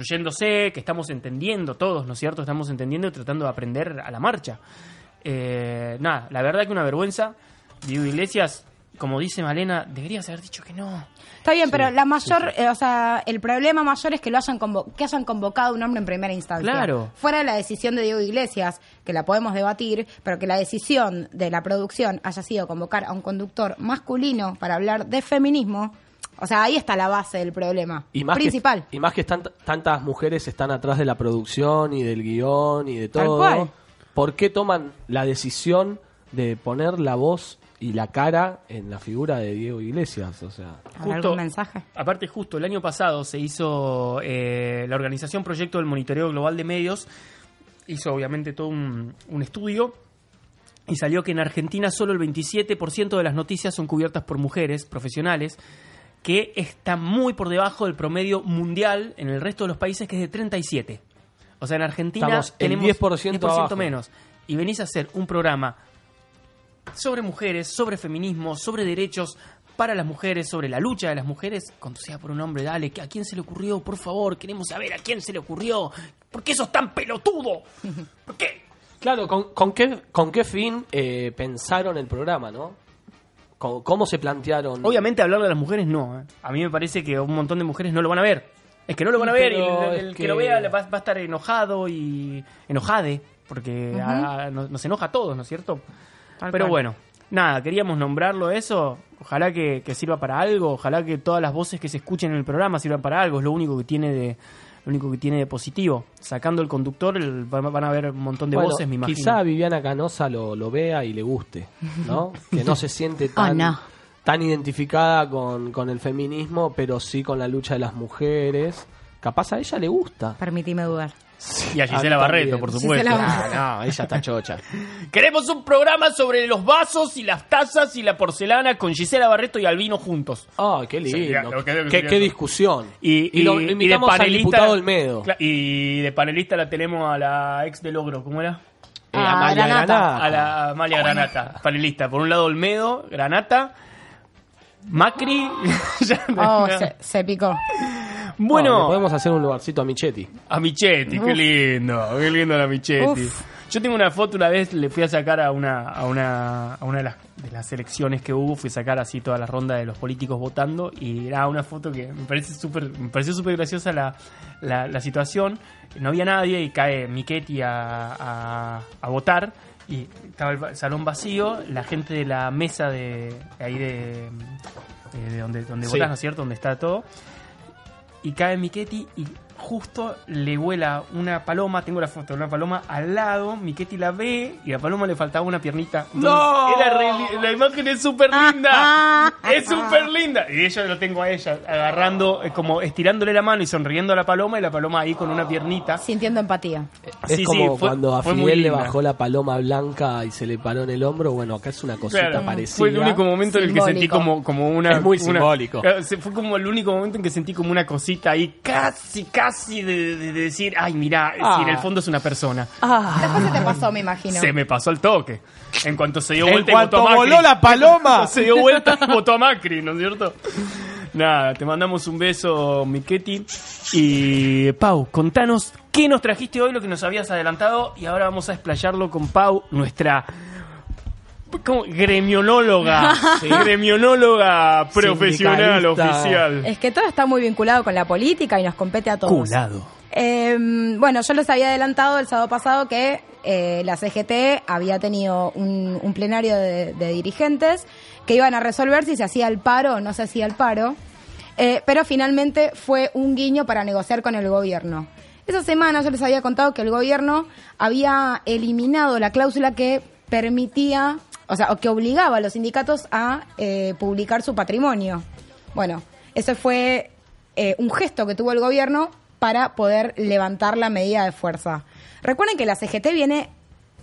[SPEAKER 8] deconstruyéndose, que estamos entendiendo todos, ¿no es cierto? Estamos entendiendo y tratando de aprender a la marcha. Eh, nada, la verdad que una vergüenza. Diego Iglesias, como dice Malena, deberías haber dicho que no.
[SPEAKER 3] Está bien, pero la mayor, eh, o sea, el problema mayor es que lo hayan convo- que hayan convocado a un hombre en primera instancia.
[SPEAKER 8] Claro.
[SPEAKER 3] Fuera de la decisión de Diego Iglesias, que la podemos debatir, pero que la decisión de la producción haya sido convocar a un conductor masculino para hablar de feminismo, o sea, ahí está la base del problema
[SPEAKER 4] Y más
[SPEAKER 3] principal.
[SPEAKER 4] Que, y más que están, tantas mujeres están atrás de la producción y del guión y de
[SPEAKER 3] Tal
[SPEAKER 4] todo.
[SPEAKER 3] cual.
[SPEAKER 4] ¿Por qué toman la decisión de poner la voz y la cara en la figura de Diego Iglesias? O sea,
[SPEAKER 3] ¿Habrá
[SPEAKER 8] Justo-
[SPEAKER 3] algún mensaje?
[SPEAKER 8] Aparte, justo el año pasado se hizo eh, la organización Proyecto del Monitoreo Global de Medios, hizo obviamente todo un, un estudio y salió que en Argentina solo el 27% de las noticias son cubiertas por mujeres profesionales, que está muy por debajo del promedio mundial en el resto de los países, que es de 37. O sea, en Argentina
[SPEAKER 4] Estamos el
[SPEAKER 8] tenemos
[SPEAKER 4] 10% abajo.
[SPEAKER 8] menos. Y venís a hacer un programa sobre mujeres, sobre feminismo, sobre derechos para las mujeres, sobre la lucha de las mujeres, conducida por un hombre, dale, ¿a quién se le ocurrió? Por favor, queremos saber a quién se le ocurrió. ¿Por qué sos tan pelotudo? ¿Por qué?
[SPEAKER 4] Claro, ¿con, con qué, con qué fin eh, pensaron el programa, no? ¿Cómo, cómo se plantearon?
[SPEAKER 8] Obviamente hablar de las mujeres no. ¿eh? A mí me parece que un montón de mujeres no lo van a ver. Es que no lo van a ver
[SPEAKER 4] Pero
[SPEAKER 8] y el, el
[SPEAKER 4] es
[SPEAKER 8] que...
[SPEAKER 4] que-
[SPEAKER 8] lo vea va, va a estar enojado y enojade, porque ah, nos, nos enoja a todos, ¿no es cierto? Pero bueno, nada, queríamos nombrarlo eso. Ojalá que, que sirva para algo, ojalá que todas las voces que se escuchen en el programa sirvan para algo, es lo único que tiene de lo único que tiene de positivo. Sacando el conductor el- van van a haber un montón de
[SPEAKER 4] Bueno,
[SPEAKER 8] voces, me imagino.
[SPEAKER 4] Quizá Viviana Canosa lo, lo vea y le guste,
[SPEAKER 8] *laughs*
[SPEAKER 4] ¿no? que no se siente tan,
[SPEAKER 3] no.
[SPEAKER 4] tan identificada con, con el feminismo, pero sí con la lucha de las mujeres. Capaz a ella le gusta.
[SPEAKER 3] Permitime dudar.
[SPEAKER 8] Y a Gisela Barreto,
[SPEAKER 4] también.
[SPEAKER 8] por supuesto.
[SPEAKER 3] Gisela
[SPEAKER 8] *laughs*
[SPEAKER 4] Ah, no, ella está *laughs* chocha.
[SPEAKER 8] Queremos un programa sobre los vasos y las tazas y la porcelana con Gisela Barreto y Albino juntos.
[SPEAKER 4] Oh, qué
[SPEAKER 8] Sería-
[SPEAKER 4] lindo.
[SPEAKER 8] lo que- lo que
[SPEAKER 4] qué,
[SPEAKER 8] sería
[SPEAKER 4] qué
[SPEAKER 8] eso.
[SPEAKER 4] discusión.
[SPEAKER 8] Y,
[SPEAKER 4] lo
[SPEAKER 8] y- y de
[SPEAKER 4] invitamos al diputado Olmedo.
[SPEAKER 8] Cla- Y de panelista la tenemos a la ex del Ogro, ¿cómo era?
[SPEAKER 4] Eh, Amalia
[SPEAKER 3] Granata.
[SPEAKER 4] Granata.
[SPEAKER 8] A la Amalia Granata, panelista. Por un lado Olmedo, Granata, Macri. *laughs* ya no-
[SPEAKER 3] Oh, se, se picó.
[SPEAKER 4] Bueno, le
[SPEAKER 8] Bueno,
[SPEAKER 4] podemos hacer un lugarcito a Michetti.
[SPEAKER 8] a Michetti, qué lindo, qué lindo la Michetti.
[SPEAKER 3] Uf.
[SPEAKER 8] Yo tengo una foto, una vez le fui a sacar a una, a una, a una de, las, de las elecciones que hubo, fui a sacar así toda la ronda de los políticos votando y era una foto que me parece súper, me pareció súper graciosa la, la, la situación. No había nadie y cae Michetti a, a, a votar y estaba el va- salón vacío, la gente de la mesa de ahí de, eh, de donde, donde
[SPEAKER 4] Sí.
[SPEAKER 8] votas, ¿no es cierto? Donde está todo y cae Miquetti y justo le vuela una paloma, tengo la foto de una paloma al lado, Miquetti la ve y a la paloma le faltaba una piernita. ¡No! la imagen es súper linda. es súper linda. Y yo lo tengo a ella agarrando, eh, como estirándole la mano y sonriendo a la paloma y la paloma ahí con una piernita.
[SPEAKER 3] Sintiendo empatía.
[SPEAKER 4] Es
[SPEAKER 8] Ah, Sí,
[SPEAKER 4] como
[SPEAKER 8] sí, fue-
[SPEAKER 4] cuando a
[SPEAKER 8] fue muy
[SPEAKER 4] Fidel le
[SPEAKER 8] linda.
[SPEAKER 4] bajó la paloma blanca y se le paró en el hombro. Bueno, acá es una cosita
[SPEAKER 8] Claro,
[SPEAKER 4] parecida.
[SPEAKER 8] Fue el único momento en el que sentí
[SPEAKER 3] Simbólico.
[SPEAKER 8] como, como una.
[SPEAKER 4] Es muy
[SPEAKER 8] una-
[SPEAKER 4] simbólico.
[SPEAKER 8] Claro, se- fue como el único momento en que sentí como una cosita ahí, casi, casi de, de- de decir, ay, mirá, es decir,
[SPEAKER 4] Ah.
[SPEAKER 8] en el fondo es una persona.
[SPEAKER 3] Después se te pasó, me imagino.
[SPEAKER 8] Se me pasó el toque. En cuanto se dio
[SPEAKER 9] En
[SPEAKER 8] vuelta
[SPEAKER 9] cuanto
[SPEAKER 8] y votó a Macri.
[SPEAKER 9] voló la paloma.
[SPEAKER 8] *laughs* se dio vuelta y votó a Macri, ¿no es cierto? Nada, te mandamos un beso, Miquetti. Y Pau, contanos qué nos trajiste hoy, lo que nos habías adelantado. Y ahora vamos a explayarlo con Pau, nuestra. ¿cómo? Gremionóloga. Gremionóloga profesional
[SPEAKER 4] Sindicalista.
[SPEAKER 8] oficial.
[SPEAKER 3] Es que todo está muy vinculado con la política y nos compete a todos.
[SPEAKER 8] Culado.
[SPEAKER 3] Eh, bueno, yo les había adelantado el sábado pasado que eh, la CGT había tenido un, un plenario de, de dirigentes que iban a resolver si se hacía el paro o no se hacía el paro, Eh, pero finalmente fue un guiño para negociar con el gobierno. Esa semana yo les había contado que el gobierno había eliminado la cláusula que permitía, o sea, o que obligaba a los sindicatos a eh, publicar su patrimonio. Bueno, eso fue eh, un gesto que tuvo el gobierno para poder levantar la medida de fuerza. Recuerden que la CGT viene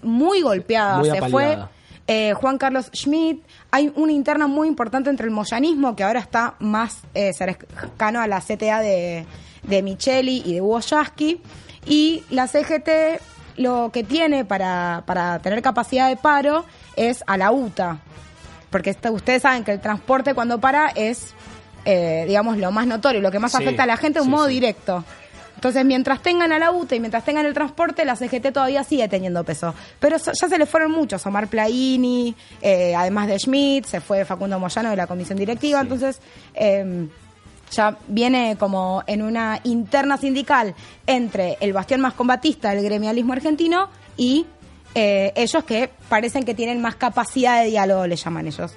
[SPEAKER 3] muy golpeada,
[SPEAKER 4] Muy
[SPEAKER 3] se
[SPEAKER 4] apaleada.
[SPEAKER 3] fue eh, Juan Carlos Schmidt, hay una interna muy importante entre el moyanismo, que ahora está más eh, cercano a la CTA de, de Micheli y de Hugo Yasky, y la CGT lo que tiene para, para tener capacidad de paro es a la UTA, porque esta- ustedes saben que el transporte cuando para es, eh, digamos, lo más notorio, lo que más
[SPEAKER 4] Sí,
[SPEAKER 3] afecta a la gente de un
[SPEAKER 4] sí,
[SPEAKER 3] modo
[SPEAKER 4] sí.
[SPEAKER 3] directo. Entonces, mientras tengan a la UTA y mientras tengan el transporte, la CGT todavía sigue teniendo peso. Pero so- ya se le fueron muchos, Omar Plaini, eh, además de Schmidt, se fue Facundo Moyano de la comisión directiva, entonces... em, ya viene como en una interna sindical entre el bastión más combatista del gremialismo argentino y eh, ellos que parecen que tienen más capacidad de diálogo, le llaman ellos.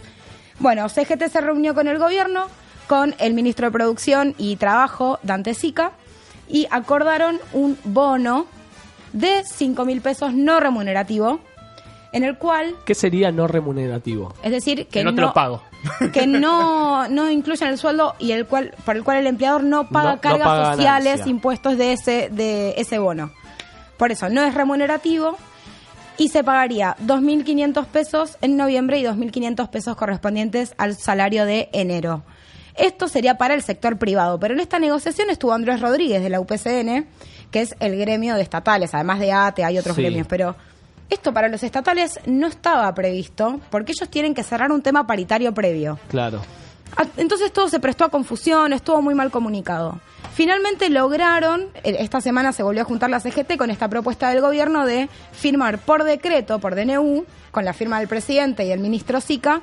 [SPEAKER 3] Bueno, CGT se reunió con el gobierno, con el ministro de Producción y Trabajo, Dante Sica, y acordaron un bono de 5 mil pesos no remunerativo, en el cual,
[SPEAKER 4] ¿Qué sería no remunerativo?
[SPEAKER 3] es decir, que,
[SPEAKER 9] Que no te lo pago.
[SPEAKER 3] *laughs* que no, no incluyen el sueldo y el cual, por el cual el empleador no paga
[SPEAKER 4] No- no
[SPEAKER 3] cargas
[SPEAKER 4] paga
[SPEAKER 3] sociales,
[SPEAKER 4] ganancia.
[SPEAKER 3] impuestos de ese, de ese bono. Por eso, no es remunerativo y se pagaría 2.500 pesos en noviembre y 2.500 pesos correspondientes al salario de enero. Esto sería para el sector privado, pero en esta negociación estuvo Andrés Rodríguez de la UPCN, que es el gremio de estatales, además de ATE, hay otros
[SPEAKER 4] Sí.
[SPEAKER 3] gremios, pero esto para los estatales no estaba previsto porque ellos tienen que cerrar un tema paritario previo.
[SPEAKER 4] Claro.
[SPEAKER 3] A- Ah, Entonces todo se prestó a confusión, estuvo muy mal comunicado. Finalmente lograron, eh, esta semana se volvió a juntar la CGT con esta propuesta del gobierno de firmar por decreto, por DNU, con la firma del presidente y el ministro Sica,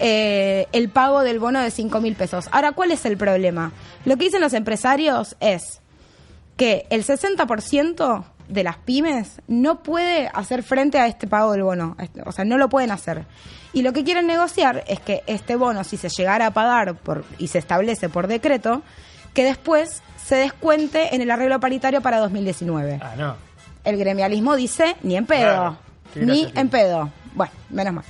[SPEAKER 3] eh, el pago del bono de 5 mil pesos. Ahora, ¿cuál es el problema? Lo que dicen los empresarios es que el 60% de las pymes no puede hacer frente a este pago del bono, a este- o sea, no lo pueden hacer. Y lo que quieren negociar es que este bono, si se llegara a pagar por, y se establece por decreto, que después se descuente en el arreglo paritario para 2019.
[SPEAKER 8] Ah, no.
[SPEAKER 3] El gremialismo dice, ni en pedo,
[SPEAKER 8] Claro. Qué
[SPEAKER 3] ni
[SPEAKER 8] gracia tiene.
[SPEAKER 3] en pedo. Bueno, menos mal.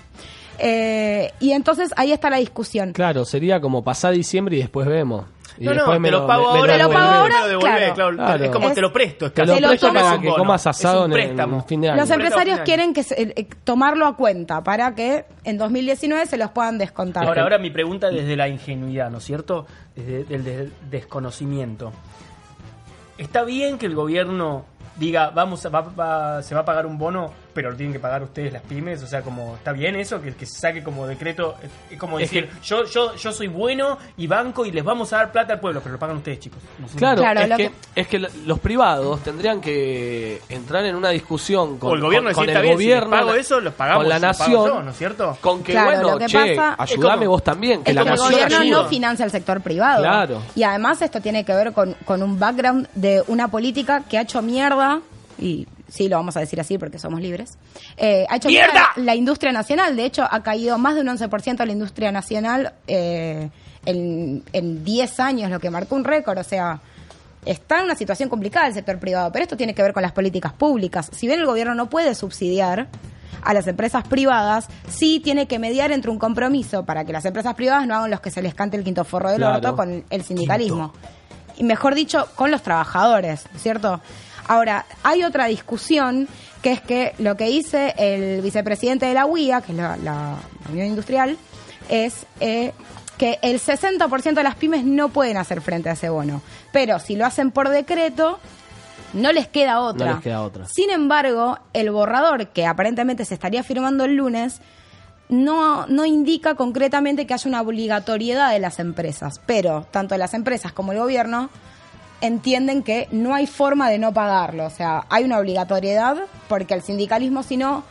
[SPEAKER 3] Eh, y entonces ahí está la discusión.
[SPEAKER 4] Claro, sería como pasar diciembre y después vemos. Y
[SPEAKER 8] No, no,
[SPEAKER 4] después
[SPEAKER 8] te lo pago
[SPEAKER 4] me- me
[SPEAKER 8] ahora,
[SPEAKER 3] lo
[SPEAKER 8] y
[SPEAKER 3] pago
[SPEAKER 4] devuelven.
[SPEAKER 3] ahora,
[SPEAKER 8] después me lo devolvés,
[SPEAKER 3] claro.
[SPEAKER 8] Es como
[SPEAKER 3] Es-
[SPEAKER 8] te lo presto, es
[SPEAKER 4] Te
[SPEAKER 8] casi.
[SPEAKER 4] lo
[SPEAKER 3] Se lo
[SPEAKER 4] presto
[SPEAKER 3] tomas
[SPEAKER 4] para
[SPEAKER 3] un
[SPEAKER 4] que
[SPEAKER 8] bono.
[SPEAKER 4] comas
[SPEAKER 8] Es un
[SPEAKER 4] asado en- en,
[SPEAKER 8] préstamo.
[SPEAKER 4] fin de año.
[SPEAKER 3] Los
[SPEAKER 8] Pero
[SPEAKER 3] empresarios
[SPEAKER 8] final.
[SPEAKER 3] quieren que se- eh, eh, tomarlo a cuenta para que en 2019 se los puedan descontar.
[SPEAKER 8] Ahora,
[SPEAKER 4] este.
[SPEAKER 8] ahora mi pregunta desde la ingenuidad, ¿no es cierto? Desde el des- desconocimiento. ¿Está bien que el gobierno diga, vamos a- va- va- se va a pagar un bono, pero lo tienen que pagar ustedes las pymes? O sea, como ¿está bien eso? Que, que se saque como decreto, es- es como
[SPEAKER 4] Es
[SPEAKER 8] decir, yo, yo, yo soy bueno y banco y les vamos a dar plata al pueblo, pero lo pagan ustedes, chicos. Nosotros
[SPEAKER 4] Claro,
[SPEAKER 3] Claro,
[SPEAKER 4] es,
[SPEAKER 3] lo
[SPEAKER 4] que,
[SPEAKER 3] que-
[SPEAKER 4] es que lo- los privados tendrían que entrar en una discusión con
[SPEAKER 8] O el gobierno
[SPEAKER 4] con,
[SPEAKER 8] decir,
[SPEAKER 4] con
[SPEAKER 8] está
[SPEAKER 4] el
[SPEAKER 8] bien, si
[SPEAKER 4] gobierno,
[SPEAKER 8] les pago eso, los pagamos,
[SPEAKER 4] con la
[SPEAKER 8] los pago
[SPEAKER 4] nación,
[SPEAKER 8] yo, ¿no es cierto?
[SPEAKER 4] Con que
[SPEAKER 3] Claro,
[SPEAKER 4] bueno,
[SPEAKER 3] lo que
[SPEAKER 4] che,
[SPEAKER 3] pasa-
[SPEAKER 4] ayudame
[SPEAKER 8] es como-
[SPEAKER 4] vos también, que
[SPEAKER 3] Es
[SPEAKER 4] la
[SPEAKER 3] que el
[SPEAKER 4] nación
[SPEAKER 3] gobierno
[SPEAKER 4] ayuda.
[SPEAKER 3] no financia el sector privado.
[SPEAKER 4] Claro.
[SPEAKER 3] Y además esto tiene que ver con, con un background de una política que ha hecho mierda, y sí lo vamos a decir así porque somos libres, eh, ha hecho
[SPEAKER 8] ¡Mierda!
[SPEAKER 3] la- la industria nacional. De hecho, ha caído más de un 11% la industria nacional eh, en, en 10 años, lo que marcó un récord. O sea, está en una situación complicada el sector privado, pero esto tiene que ver con las políticas públicas. Si bien el gobierno no puede subsidiar a las empresas privadas, sí tiene que mediar entre un compromiso para que las empresas privadas no hagan los que se les cante el quinto forro del
[SPEAKER 4] Claro.
[SPEAKER 3] orto con el sindicalismo. Y mejor dicho, con los trabajadores, ¿cierto? Ahora, hay otra discusión que es que lo que dice el vicepresidente de la UIA, que es la, la- la Unión Industrial, es eh, que el 60% de las pymes no pueden hacer frente a ese bono. Pero si lo hacen por decreto, no les queda otra.
[SPEAKER 4] No les queda otra.
[SPEAKER 3] Sin embargo, el borrador que aparentemente se estaría firmando el lunes no, no indica concretamente que haya una obligatoriedad de las empresas, pero tanto las empresas como el gobierno entienden que no hay forma de no pagarlo, o sea, hay una obligatoriedad porque el sindicalismo si no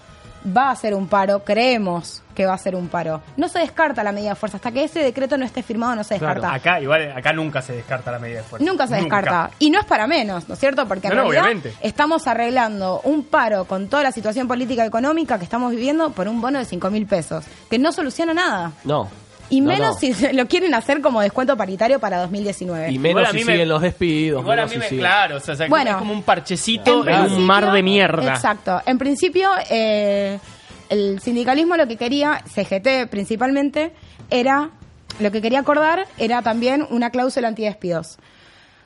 [SPEAKER 3] va a ser un paro, creemos que va a ser un paro. No se descarta la medida de fuerza, hasta que ese decreto no esté firmado no se
[SPEAKER 8] Claro,
[SPEAKER 3] descarta.
[SPEAKER 8] acá, igual, acá nunca se descarta la medida de fuerza.
[SPEAKER 3] Nunca se descarta. Y no es para menos, ¿no es cierto? Porque en
[SPEAKER 8] No, no,
[SPEAKER 3] realidad
[SPEAKER 8] obviamente.
[SPEAKER 3] estamos arreglando un paro con toda la situación política y económica que estamos viviendo por un bono de 5 mil pesos, que no soluciona nada.
[SPEAKER 4] No.
[SPEAKER 3] Y
[SPEAKER 4] No,
[SPEAKER 3] menos
[SPEAKER 4] no.
[SPEAKER 3] si se lo quieren hacer como descuento paritario para 2019.
[SPEAKER 4] y menos
[SPEAKER 8] a
[SPEAKER 4] si
[SPEAKER 8] mí me-
[SPEAKER 4] siguen los despidos,
[SPEAKER 8] Igual a
[SPEAKER 4] menos
[SPEAKER 8] mí
[SPEAKER 4] si
[SPEAKER 8] me,
[SPEAKER 4] siguen-
[SPEAKER 8] claro, o sea, o sea,
[SPEAKER 3] Bueno.
[SPEAKER 8] es como un parchecito
[SPEAKER 4] En
[SPEAKER 8] en un
[SPEAKER 3] principio-
[SPEAKER 8] mar de mierda.
[SPEAKER 3] Exacto. En principio, eh, el sindicalismo lo que quería, CGT principalmente, era, lo que quería acordar era también una cláusula antidespidos.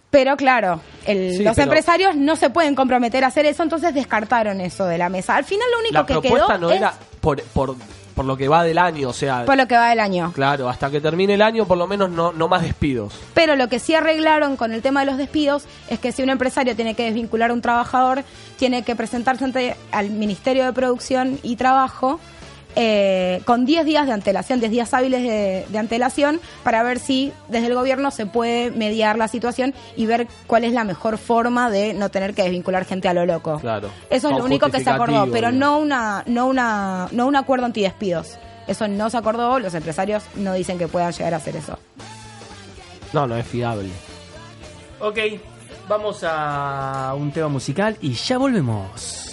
[SPEAKER 3] Pero claro, el-
[SPEAKER 4] Sí,
[SPEAKER 3] los
[SPEAKER 4] pero-
[SPEAKER 3] empresarios no se pueden comprometer a hacer eso, entonces descartaron eso de la mesa. Al final lo único
[SPEAKER 4] La
[SPEAKER 3] que
[SPEAKER 4] propuesta
[SPEAKER 3] quedó
[SPEAKER 4] no
[SPEAKER 3] es
[SPEAKER 4] era por, por, por lo que va del año, o sea,
[SPEAKER 3] por lo que va del año.
[SPEAKER 4] claro, hasta que termine el año por lo menos no, no más despidos.
[SPEAKER 3] Pero lo que sí arreglaron con el tema de los despidos es que si un empresario tiene que desvincular a un trabajador, tiene que presentarse ante al Ministerio de Producción y Trabajo eh, con 10 días de antelación, 10 días hábiles de, de antelación, para ver si desde el gobierno se puede mediar la situación y ver cuál es la mejor forma de no tener que desvincular gente a lo loco.
[SPEAKER 4] Claro.
[SPEAKER 3] Eso es
[SPEAKER 4] Con
[SPEAKER 3] lo único que se acordó,
[SPEAKER 4] justificativo,
[SPEAKER 3] pero
[SPEAKER 4] digamos.
[SPEAKER 3] no una, no una, no un acuerdo antidespidos. Eso no se acordó, los empresarios no dicen que puedan llegar a hacer eso.
[SPEAKER 4] No, no es fiable.
[SPEAKER 8] Ok, vamos a un tema musical y ya volvemos.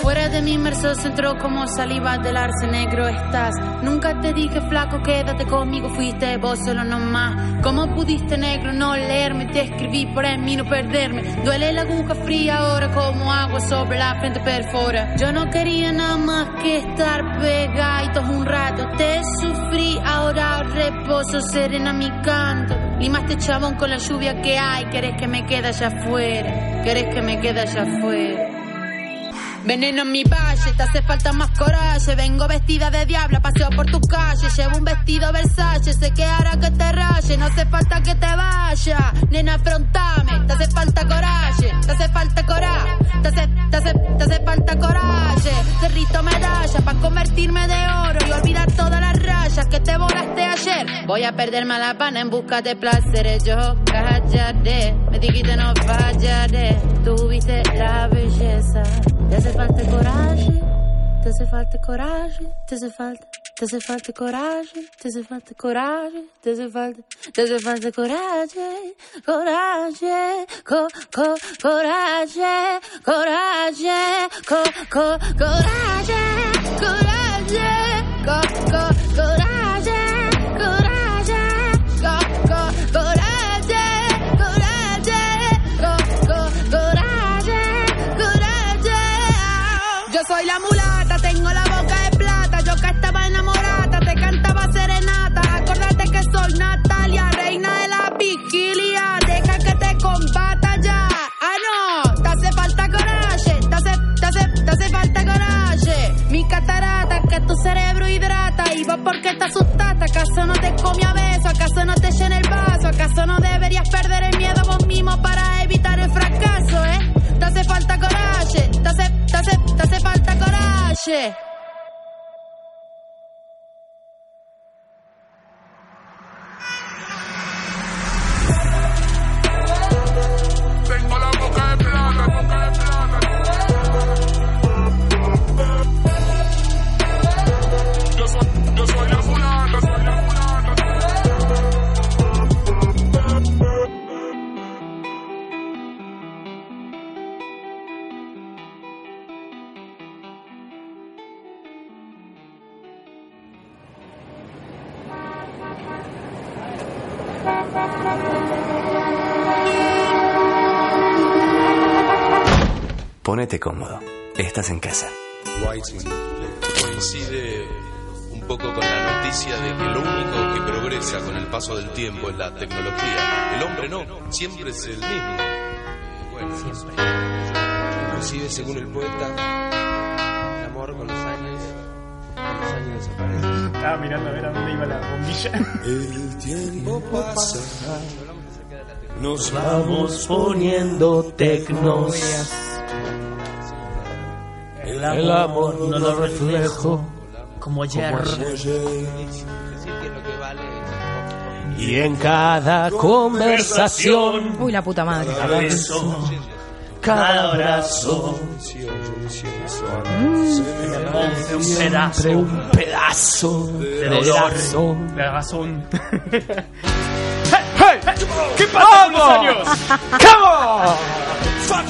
[SPEAKER 10] Fuera de mi inmerso centro como saliva del arce negro estás. Nunca te dije flaco, quédate conmigo, fuiste vos solo nomás. ¿Cómo pudiste negro no leerme? Te escribí para en mí no perderme. Duele la aguja fría ahora como agua sobre la frente perfora. Yo no quería nada más que estar pegaditos un rato. Te sufrí, ahora reposo serena mi canto. Limaste chabón con la lluvia que hay, querés que me quede allá afuera, querés que me quede allá afuera. Veneno en mi valle, te hace falta más coraje. Vengo vestida de diabla, paseo por tus calles. Llevo un vestido Versace, sé que hará que te raye. No hace falta que te vaya, nena, afrontame. Te hace falta coraje, te hace falta coraje. Te hace, te hace, te hace falta coraje. Cerrito medalla para convertirme de oro y olvidar todas las rayas que te volaste ayer. Voy a perderme a la pana en busca de placeres. Yo callaré, me dijiste no fallaré. Tuviste la belleza. Te hace falta coraje, te hace falta coraje, te hace falta, te hace falta coraje, te hace falta coraje, te hace falta, te hace falta coraje, coraje, co, co, coraje, coraje, co, co, coraje, coraje, co, co, coraje, coraje, co, co, coraje, coraje, co, co, coraje, coraje. Yo soy la mulata, tengo la boca de plata. Yo que estaba enamorada, te cantaba serenata. Acordate que soy Natalia, reina de la vigilia. Deja que te combata ya. Ah, no, te hace falta coraje. Te hace, te hace, te hace falta coraje. Mi catarata que tu cerebro hidrata. Y vos porque te asustaste. ¿Acaso no te comía beso? ¿Acaso no te llena el vaso? ¿Acaso no deberías perder el miedo vos mismo para evitar el fracaso, eh? Te hace falta coraje, te hace, te hace, te hace falta coraje.
[SPEAKER 11] Tengo la boca de plata, boca de plata. Yo soy, yo soy la mulata, soy la mulata.
[SPEAKER 12] Ponete cómodo. Estás en casa.
[SPEAKER 13] Coincide un poco con la noticia de que lo único que progresa con el paso del tiempo es la tecnología. El hombre no, siempre es el mismo. Bueno, siempre. Inclusive, según el poeta, el amor con los años, con los años desaparece.
[SPEAKER 6] Estaba mirando a ver a dónde iba la bombilla.
[SPEAKER 13] El tiempo pasa,
[SPEAKER 6] nos
[SPEAKER 13] vamos poniendo
[SPEAKER 6] tecnos.
[SPEAKER 13] El amor no lo reflejo
[SPEAKER 8] como ayer.
[SPEAKER 4] Y en cada conversación,
[SPEAKER 3] Uy, la puta madre.
[SPEAKER 4] Cada beso, cada abrazo,
[SPEAKER 8] Mm. un pedazo.
[SPEAKER 4] siempre un pedazo
[SPEAKER 8] De
[SPEAKER 4] de
[SPEAKER 8] dolor.
[SPEAKER 4] dolor.
[SPEAKER 8] De razón. ¡Hey! ¿Qué pasa con los años?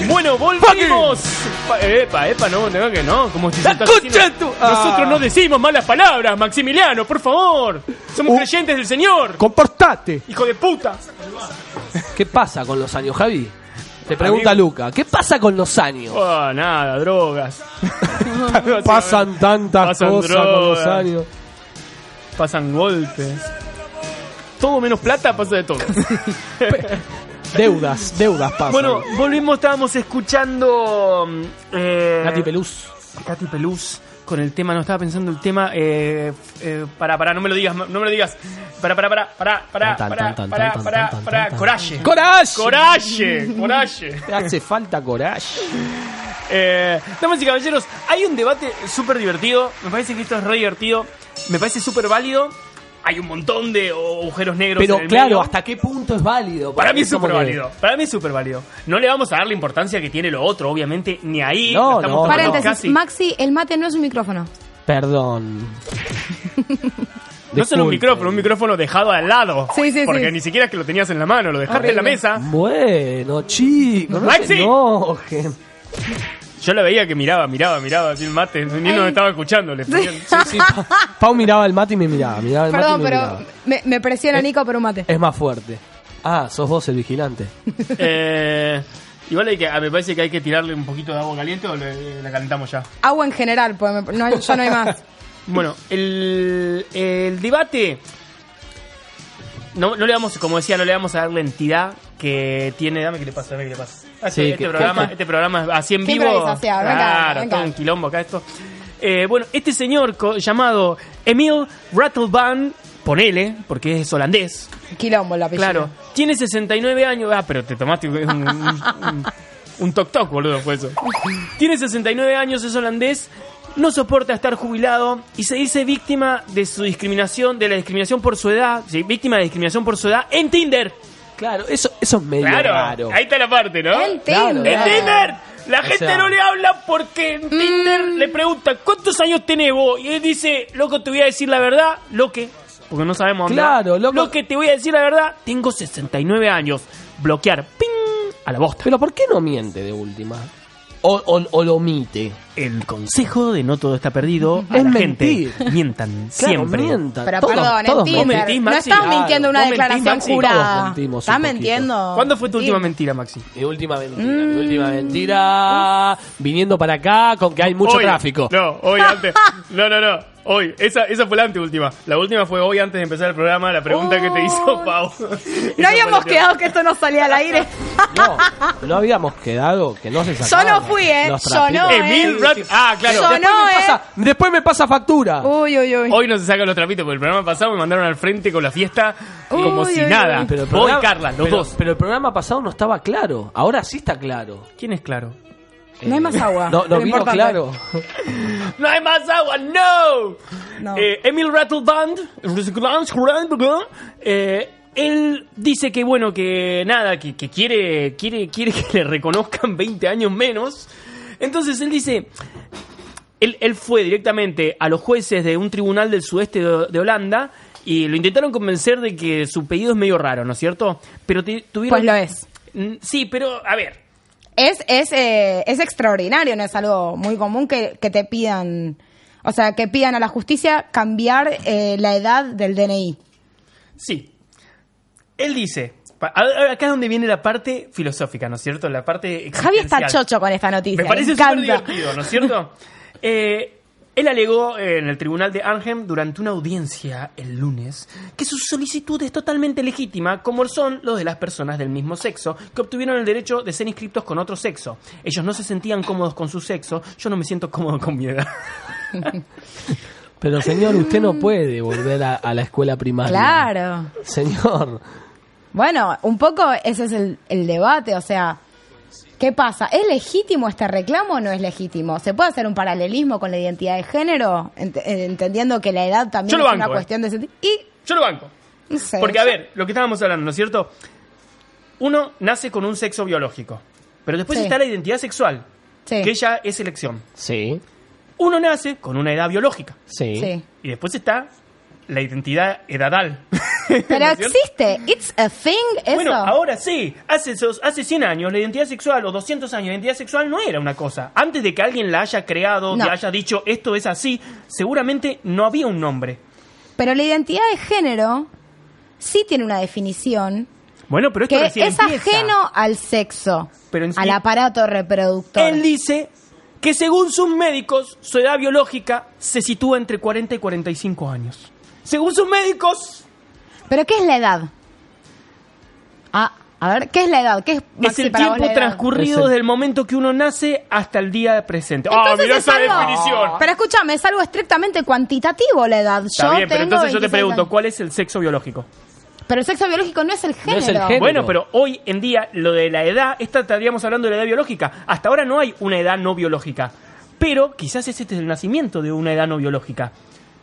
[SPEAKER 8] Bueno, volvimos. Pa- Epa, epa, no, no, que no. Como si saltas diciendo-
[SPEAKER 4] Ah.
[SPEAKER 8] Nosotros no decimos malas palabras, Maximiliano, por favor.
[SPEAKER 4] Oh.
[SPEAKER 8] Somos creyentes del Señor.
[SPEAKER 4] Comportate.
[SPEAKER 8] Hijo de puta.
[SPEAKER 4] ¿Qué pasa con los años, Javi? Te pregunta Luca, ¿qué pasa con los años?
[SPEAKER 8] Ah, nada, drogas.
[SPEAKER 4] Pasan tantas
[SPEAKER 8] *laughs* Pasan
[SPEAKER 4] cosas con los
[SPEAKER 8] drogas.
[SPEAKER 4] años.
[SPEAKER 8] pasan golpes. Todo menos plata
[SPEAKER 4] *laughs*
[SPEAKER 8] pasa de todo.
[SPEAKER 4] Deudas, deudas pasan.
[SPEAKER 8] Bueno, volvimos, estábamos escuchando. Eh,
[SPEAKER 4] Nati Pelús.
[SPEAKER 8] Nati Pelús con el tema, no estaba pensando el tema. Eh, eh, para, para, no me lo digas, no me lo digas. Para, para, para, para,
[SPEAKER 4] Tan,
[SPEAKER 8] para,
[SPEAKER 4] tan,
[SPEAKER 8] para,
[SPEAKER 4] tan,
[SPEAKER 8] para,
[SPEAKER 4] tan, tan,
[SPEAKER 8] para,
[SPEAKER 4] tan, tan,
[SPEAKER 8] para,
[SPEAKER 4] tan.
[SPEAKER 8] coraje.
[SPEAKER 4] ¡Coraje!
[SPEAKER 8] Coraje, coraje.
[SPEAKER 4] Te hace falta coraje.
[SPEAKER 8] *laughs* Eh, damas y caballeros, hay un debate súper divertido. Me parece que esto es re divertido. Me parece súper válido. Hay un montón de oh, agujeros negros.
[SPEAKER 4] Pero
[SPEAKER 8] en el
[SPEAKER 4] claro,
[SPEAKER 8] medio.
[SPEAKER 4] ¿hasta qué punto es válido?
[SPEAKER 8] Para mí es
[SPEAKER 4] Porque como
[SPEAKER 8] súper
[SPEAKER 4] que-
[SPEAKER 8] válido. Para mí es súper válido. No le vamos a dar la importancia que tiene lo otro, obviamente, ni ahí.
[SPEAKER 4] No,
[SPEAKER 8] la estamos
[SPEAKER 4] no,
[SPEAKER 8] tomando
[SPEAKER 4] no.
[SPEAKER 8] casi.
[SPEAKER 3] Paréntesis, Maxi, el mate no es un micrófono.
[SPEAKER 4] Perdón.
[SPEAKER 8] No solo
[SPEAKER 4] Disculpe.
[SPEAKER 8] un micrófono, un micrófono dejado al lado.
[SPEAKER 3] Sí, sí,
[SPEAKER 8] Porque
[SPEAKER 3] sí.
[SPEAKER 8] ni siquiera es que lo tenías en la mano, lo dejaste en la mesa.
[SPEAKER 4] Bueno, chicos, no
[SPEAKER 8] Ah. Maxi.
[SPEAKER 4] se enojen.
[SPEAKER 8] Yo la veía que miraba, miraba, miraba, así el mate. Ni no me estaba escuchando. le ponía-
[SPEAKER 3] *laughs*
[SPEAKER 4] Pau miraba el mate y me miraba. miraba el mate y
[SPEAKER 3] Perdón,
[SPEAKER 4] me
[SPEAKER 3] pero
[SPEAKER 4] miraba.
[SPEAKER 3] me, me presiona
[SPEAKER 4] Eh,
[SPEAKER 3] Nico por un mate.
[SPEAKER 4] Es más fuerte. Ah, sos vos el
[SPEAKER 8] *laughs*
[SPEAKER 4] vigilante.
[SPEAKER 8] Eh, igual hay que, ah, me parece que hay que tirarle un poquito de agua caliente o le- la calentamos ya.
[SPEAKER 3] Agua en general, pues me- no hay- ya no hay
[SPEAKER 8] *laughs*
[SPEAKER 3] más.
[SPEAKER 8] Bueno, el, el debate. No, no le vamos, como decía, no le vamos a dar la entidad que tiene. Dame que le pasa, dame que le pasa. Ah,
[SPEAKER 4] Sí,
[SPEAKER 8] este, este
[SPEAKER 4] que-
[SPEAKER 8] programa, este programa así en
[SPEAKER 3] Siempre
[SPEAKER 8] vivo.
[SPEAKER 3] desasiado, me encanta,
[SPEAKER 8] claro,
[SPEAKER 3] me
[SPEAKER 8] todo
[SPEAKER 3] encanta.
[SPEAKER 8] un quilombo acá esto. Eh, bueno, este señor co- llamado Emil Rattleband, ponele, porque es holandés.
[SPEAKER 3] Quilombo la apellido.
[SPEAKER 8] Claro, tiene 69 años. Ah, pero te tomaste un, un- un- un toc toc, boludo, fue eso. Tiene 69 años, es holandés, no soporta estar jubilado y se dice víctima de su discriminación, de la discriminación por su edad, sí, víctima de discriminación por su edad en Tinder.
[SPEAKER 4] Claro, eso, eso es medio
[SPEAKER 8] Claro,
[SPEAKER 4] raro.
[SPEAKER 8] ahí está la parte, ¿no?
[SPEAKER 4] En Claro, Tinder.
[SPEAKER 8] En Tinder. La
[SPEAKER 4] O
[SPEAKER 8] gente
[SPEAKER 4] sea-
[SPEAKER 8] no le habla porque
[SPEAKER 3] Mm.
[SPEAKER 8] en Tinder le pregunta ¿cuántos años tenés vos? Y él dice, loco, te voy a decir la verdad, lo que, porque no sabemos dónde va.
[SPEAKER 4] Claro, loco.
[SPEAKER 8] Lo que te voy a decir la verdad, tengo 69 años. Bloquear, ping, a la bosta.
[SPEAKER 4] Pero ¿por qué no miente de última? O, o- o lo omite.
[SPEAKER 8] El consejo de no todo está perdido a
[SPEAKER 4] Es
[SPEAKER 8] la
[SPEAKER 4] mentir.
[SPEAKER 8] gente. Mientan,
[SPEAKER 4] Claro,
[SPEAKER 8] siempre.
[SPEAKER 4] mientan.
[SPEAKER 3] Pero
[SPEAKER 4] Todos-
[SPEAKER 3] perdón,
[SPEAKER 4] todos
[SPEAKER 3] en Tinder.
[SPEAKER 4] mentimos. Mentís,
[SPEAKER 3] no
[SPEAKER 4] Maxi.
[SPEAKER 3] estás
[SPEAKER 4] Claro.
[SPEAKER 3] mintiendo una
[SPEAKER 4] Vos mentís,
[SPEAKER 3] declaración
[SPEAKER 4] Maxi. Todos
[SPEAKER 3] jurada.
[SPEAKER 4] mentimos un
[SPEAKER 3] Estás
[SPEAKER 4] poquito.
[SPEAKER 3] mintiendo.
[SPEAKER 8] ¿Cuándo fue tu
[SPEAKER 3] Sí.
[SPEAKER 8] última mentira, Maxi?
[SPEAKER 4] Mi última mentira, mi última mentira. Viniendo para acá con que hay mucho
[SPEAKER 8] Hoy.
[SPEAKER 4] tráfico.
[SPEAKER 8] No,
[SPEAKER 3] *laughs*
[SPEAKER 8] hoy antes. No, no, no. Hoy. Esa, esa fue la anteúltima. La última fue hoy antes de empezar el programa, la pregunta que te hizo Pau.
[SPEAKER 3] Oh. *laughs* No habíamos quedado que esto no salía al aire.
[SPEAKER 4] No habíamos quedado que no se
[SPEAKER 3] Yo
[SPEAKER 4] sacaban
[SPEAKER 3] no
[SPEAKER 4] los-
[SPEAKER 3] fui, ¿eh?
[SPEAKER 4] los
[SPEAKER 3] Yo
[SPEAKER 4] trapitos.
[SPEAKER 3] no, ¿eh? Emil Rat-
[SPEAKER 8] Ah, claro.
[SPEAKER 3] Yo
[SPEAKER 8] Después
[SPEAKER 3] no,
[SPEAKER 8] me
[SPEAKER 3] ¿eh?
[SPEAKER 8] pasa-
[SPEAKER 4] Después me pasa factura.
[SPEAKER 3] Uy, uy, uy.
[SPEAKER 8] Hoy no se sacan los trapitos, porque el programa pasado me mandaron al frente con la fiesta eh, como
[SPEAKER 3] Uy,
[SPEAKER 8] si
[SPEAKER 3] uy,
[SPEAKER 8] nada.
[SPEAKER 3] uy.
[SPEAKER 4] Ah, Pero el
[SPEAKER 8] Vos
[SPEAKER 4] programa-
[SPEAKER 8] y Carla, los
[SPEAKER 4] pero-
[SPEAKER 8] dos.
[SPEAKER 4] Pero el programa pasado no estaba claro. Ahora sí está claro. Eh,
[SPEAKER 8] ¿Quién es claro?
[SPEAKER 3] No hay más agua.
[SPEAKER 4] No, no
[SPEAKER 3] Lo
[SPEAKER 4] vino
[SPEAKER 3] importante.
[SPEAKER 4] claro.
[SPEAKER 8] ¡No hay más agua! ¡No! Eh, Emil Rattleband, eh, él dice que, bueno, que nada, que, que quiere, quiere, quiere que le reconozcan 20 años menos. Entonces él dice, él, él fue directamente a los jueces de un tribunal del sudeste de, de Holanda y lo intentaron convencer de que su pedido es medio raro, ¿no es cierto? Pero te- tuvieron...
[SPEAKER 3] Pues lo es.
[SPEAKER 8] Mm, Sí, pero a ver,
[SPEAKER 3] Es, es, eh, es extraordinario, no es algo muy común que, que te pidan, o sea, que pidan a la justicia cambiar eh, la edad del DNI.
[SPEAKER 8] Sí. Él dice. pa- a- a- Acá es donde viene la parte filosófica, ¿no es cierto? La parte.
[SPEAKER 3] Javi está
[SPEAKER 8] existencial.
[SPEAKER 3] chocho con esta noticia.
[SPEAKER 8] Me parece
[SPEAKER 3] le
[SPEAKER 8] súper
[SPEAKER 3] encanta.
[SPEAKER 8] divertido, ¿no
[SPEAKER 3] *laughs*
[SPEAKER 8] es cierto? Eh, él alegó eh, en el tribunal de Arnhem durante una audiencia el lunes que su solicitud es totalmente legítima, como son los de las personas del mismo sexo que obtuvieron el derecho de ser inscriptos con otro sexo. Ellos no se sentían cómodos con su sexo, yo no me siento cómodo con mi edad. *laughs*
[SPEAKER 4] Pero señor, usted no puede volver a, a la escuela primaria.
[SPEAKER 3] Claro.
[SPEAKER 4] Señor.
[SPEAKER 3] Bueno, un poco ese es el, el debate, o sea, ¿qué pasa? ¿Es legítimo este reclamo o no es legítimo? ¿Se puede hacer un paralelismo con la identidad de género? Ent- eh, entendiendo que la edad
[SPEAKER 8] Yo
[SPEAKER 3] también
[SPEAKER 8] lo
[SPEAKER 3] es
[SPEAKER 8] banco,
[SPEAKER 3] una
[SPEAKER 8] eh.
[SPEAKER 3] cuestión de sentido. Y,
[SPEAKER 8] Yo lo banco.
[SPEAKER 3] no sé.
[SPEAKER 8] Porque, a ver, lo que estábamos hablando, ¿no es cierto? Uno nace con un sexo biológico, pero después
[SPEAKER 3] Sí.
[SPEAKER 8] está la identidad sexual,
[SPEAKER 3] Sí.
[SPEAKER 8] que ya es elección.
[SPEAKER 4] Sí,
[SPEAKER 8] Uno nace con una edad biológica,
[SPEAKER 4] sí.
[SPEAKER 3] Sí.
[SPEAKER 8] y después está la identidad edadal. *laughs*
[SPEAKER 3] Pero existe. It's a thing, eso.
[SPEAKER 8] Bueno, ahora sí, hace, esos- hace 100 años la identidad sexual o 200 años la identidad sexual no era una cosa. Antes de que alguien la haya creado,
[SPEAKER 3] No.
[SPEAKER 8] que haya dicho esto es así, seguramente no había un nombre.
[SPEAKER 3] Pero la identidad de género sí tiene una definición
[SPEAKER 8] Bueno, pero esto
[SPEAKER 3] que es
[SPEAKER 8] recién empieza.
[SPEAKER 3] ajeno al sexo,
[SPEAKER 8] Pero en sí-
[SPEAKER 3] al aparato reproductor.
[SPEAKER 8] Él dice que según sus médicos, su edad biológica se sitúa entre 40 y 45 años. Según sus médicos,
[SPEAKER 3] ¿Pero qué es la edad? Ah, a ver, ¿qué es la edad? ¿Qué es,
[SPEAKER 8] es
[SPEAKER 3] Maxi,
[SPEAKER 8] el
[SPEAKER 3] para vos
[SPEAKER 8] tiempo
[SPEAKER 3] la edad?
[SPEAKER 8] transcurrido desde el momento que uno nace hasta el día presente. ¡Ah,
[SPEAKER 3] Entonces
[SPEAKER 8] mirá
[SPEAKER 3] es
[SPEAKER 8] esa
[SPEAKER 3] algo-
[SPEAKER 8] definición!
[SPEAKER 3] Pero escúchame, es algo estrictamente cuantitativo la edad.
[SPEAKER 8] Está
[SPEAKER 3] yo
[SPEAKER 8] bien, pero
[SPEAKER 3] tengo
[SPEAKER 8] entonces yo te
[SPEAKER 3] 26
[SPEAKER 8] pregunto,
[SPEAKER 3] años.
[SPEAKER 8] ¿cuál es el sexo biológico?
[SPEAKER 3] Pero el sexo biológico no es el género.
[SPEAKER 8] Bueno, pero hoy en día lo de la edad, esta estaríamos hablando de la edad biológica. Hasta ahora no hay una edad no biológica. Pero quizás ese es el nacimiento de una edad no biológica.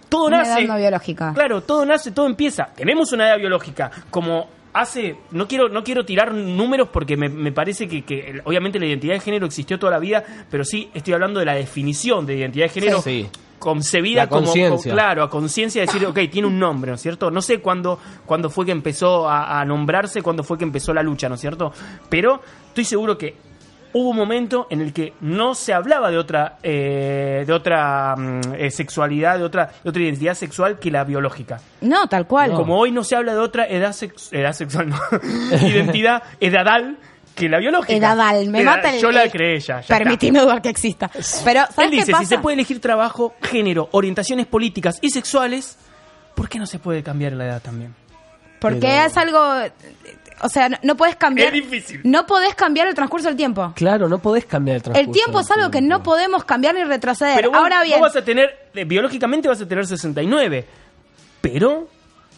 [SPEAKER 8] Todo
[SPEAKER 3] Una edad
[SPEAKER 8] nace.
[SPEAKER 3] no biológica.
[SPEAKER 8] Claro, todo nace, todo empieza. Tenemos una edad biológica. Como hace. No quiero, no quiero tirar números porque me, me parece que, que obviamente la identidad de género existió toda la vida, pero sí estoy hablando de la definición de identidad de género.
[SPEAKER 4] Sí.
[SPEAKER 8] Concebida
[SPEAKER 4] La
[SPEAKER 8] como, como-
[SPEAKER 4] conciencia.
[SPEAKER 8] claro, a conciencia de decir, ok, tiene un nombre, ¿no es cierto? No sé cuándo, cuándo fue que empezó a, a nombrarse, cuándo fue que empezó la lucha, ¿no es cierto? Pero estoy seguro que hubo un momento en el que no se hablaba de otra, eh, de otra mm, eh, sexualidad, de otra, de otra identidad sexual que la biológica.
[SPEAKER 3] No, tal cual.
[SPEAKER 8] Como hoy no se habla de otra edad, sex- edad sexual, no, *laughs* identidad edadal que la biológica.
[SPEAKER 3] Edadal, me
[SPEAKER 8] Edad-
[SPEAKER 3] mata el-
[SPEAKER 8] Yo la
[SPEAKER 3] el-
[SPEAKER 8] creé ya. ya
[SPEAKER 3] Permitime
[SPEAKER 8] está.
[SPEAKER 3] dudar que exista. Pero, ¿sabes
[SPEAKER 8] Él
[SPEAKER 3] qué
[SPEAKER 8] dice,
[SPEAKER 3] pasa?
[SPEAKER 8] si se puede elegir trabajo, género, orientaciones políticas y sexuales, ¿por qué no se puede cambiar la edad también?
[SPEAKER 3] Porque
[SPEAKER 8] Pero-
[SPEAKER 3] es algo... O sea, no, no podés cambiar...
[SPEAKER 8] Es difícil.
[SPEAKER 3] No podés cambiar el transcurso del tiempo.
[SPEAKER 4] Claro, no podés cambiar el transcurso.
[SPEAKER 3] el tiempo es algo que no podemos cambiar ni retroceder.
[SPEAKER 8] Pero vos,
[SPEAKER 3] Ahora
[SPEAKER 8] vos
[SPEAKER 3] bien,
[SPEAKER 8] vas a tener, eh, biológicamente vas a tener 69, pero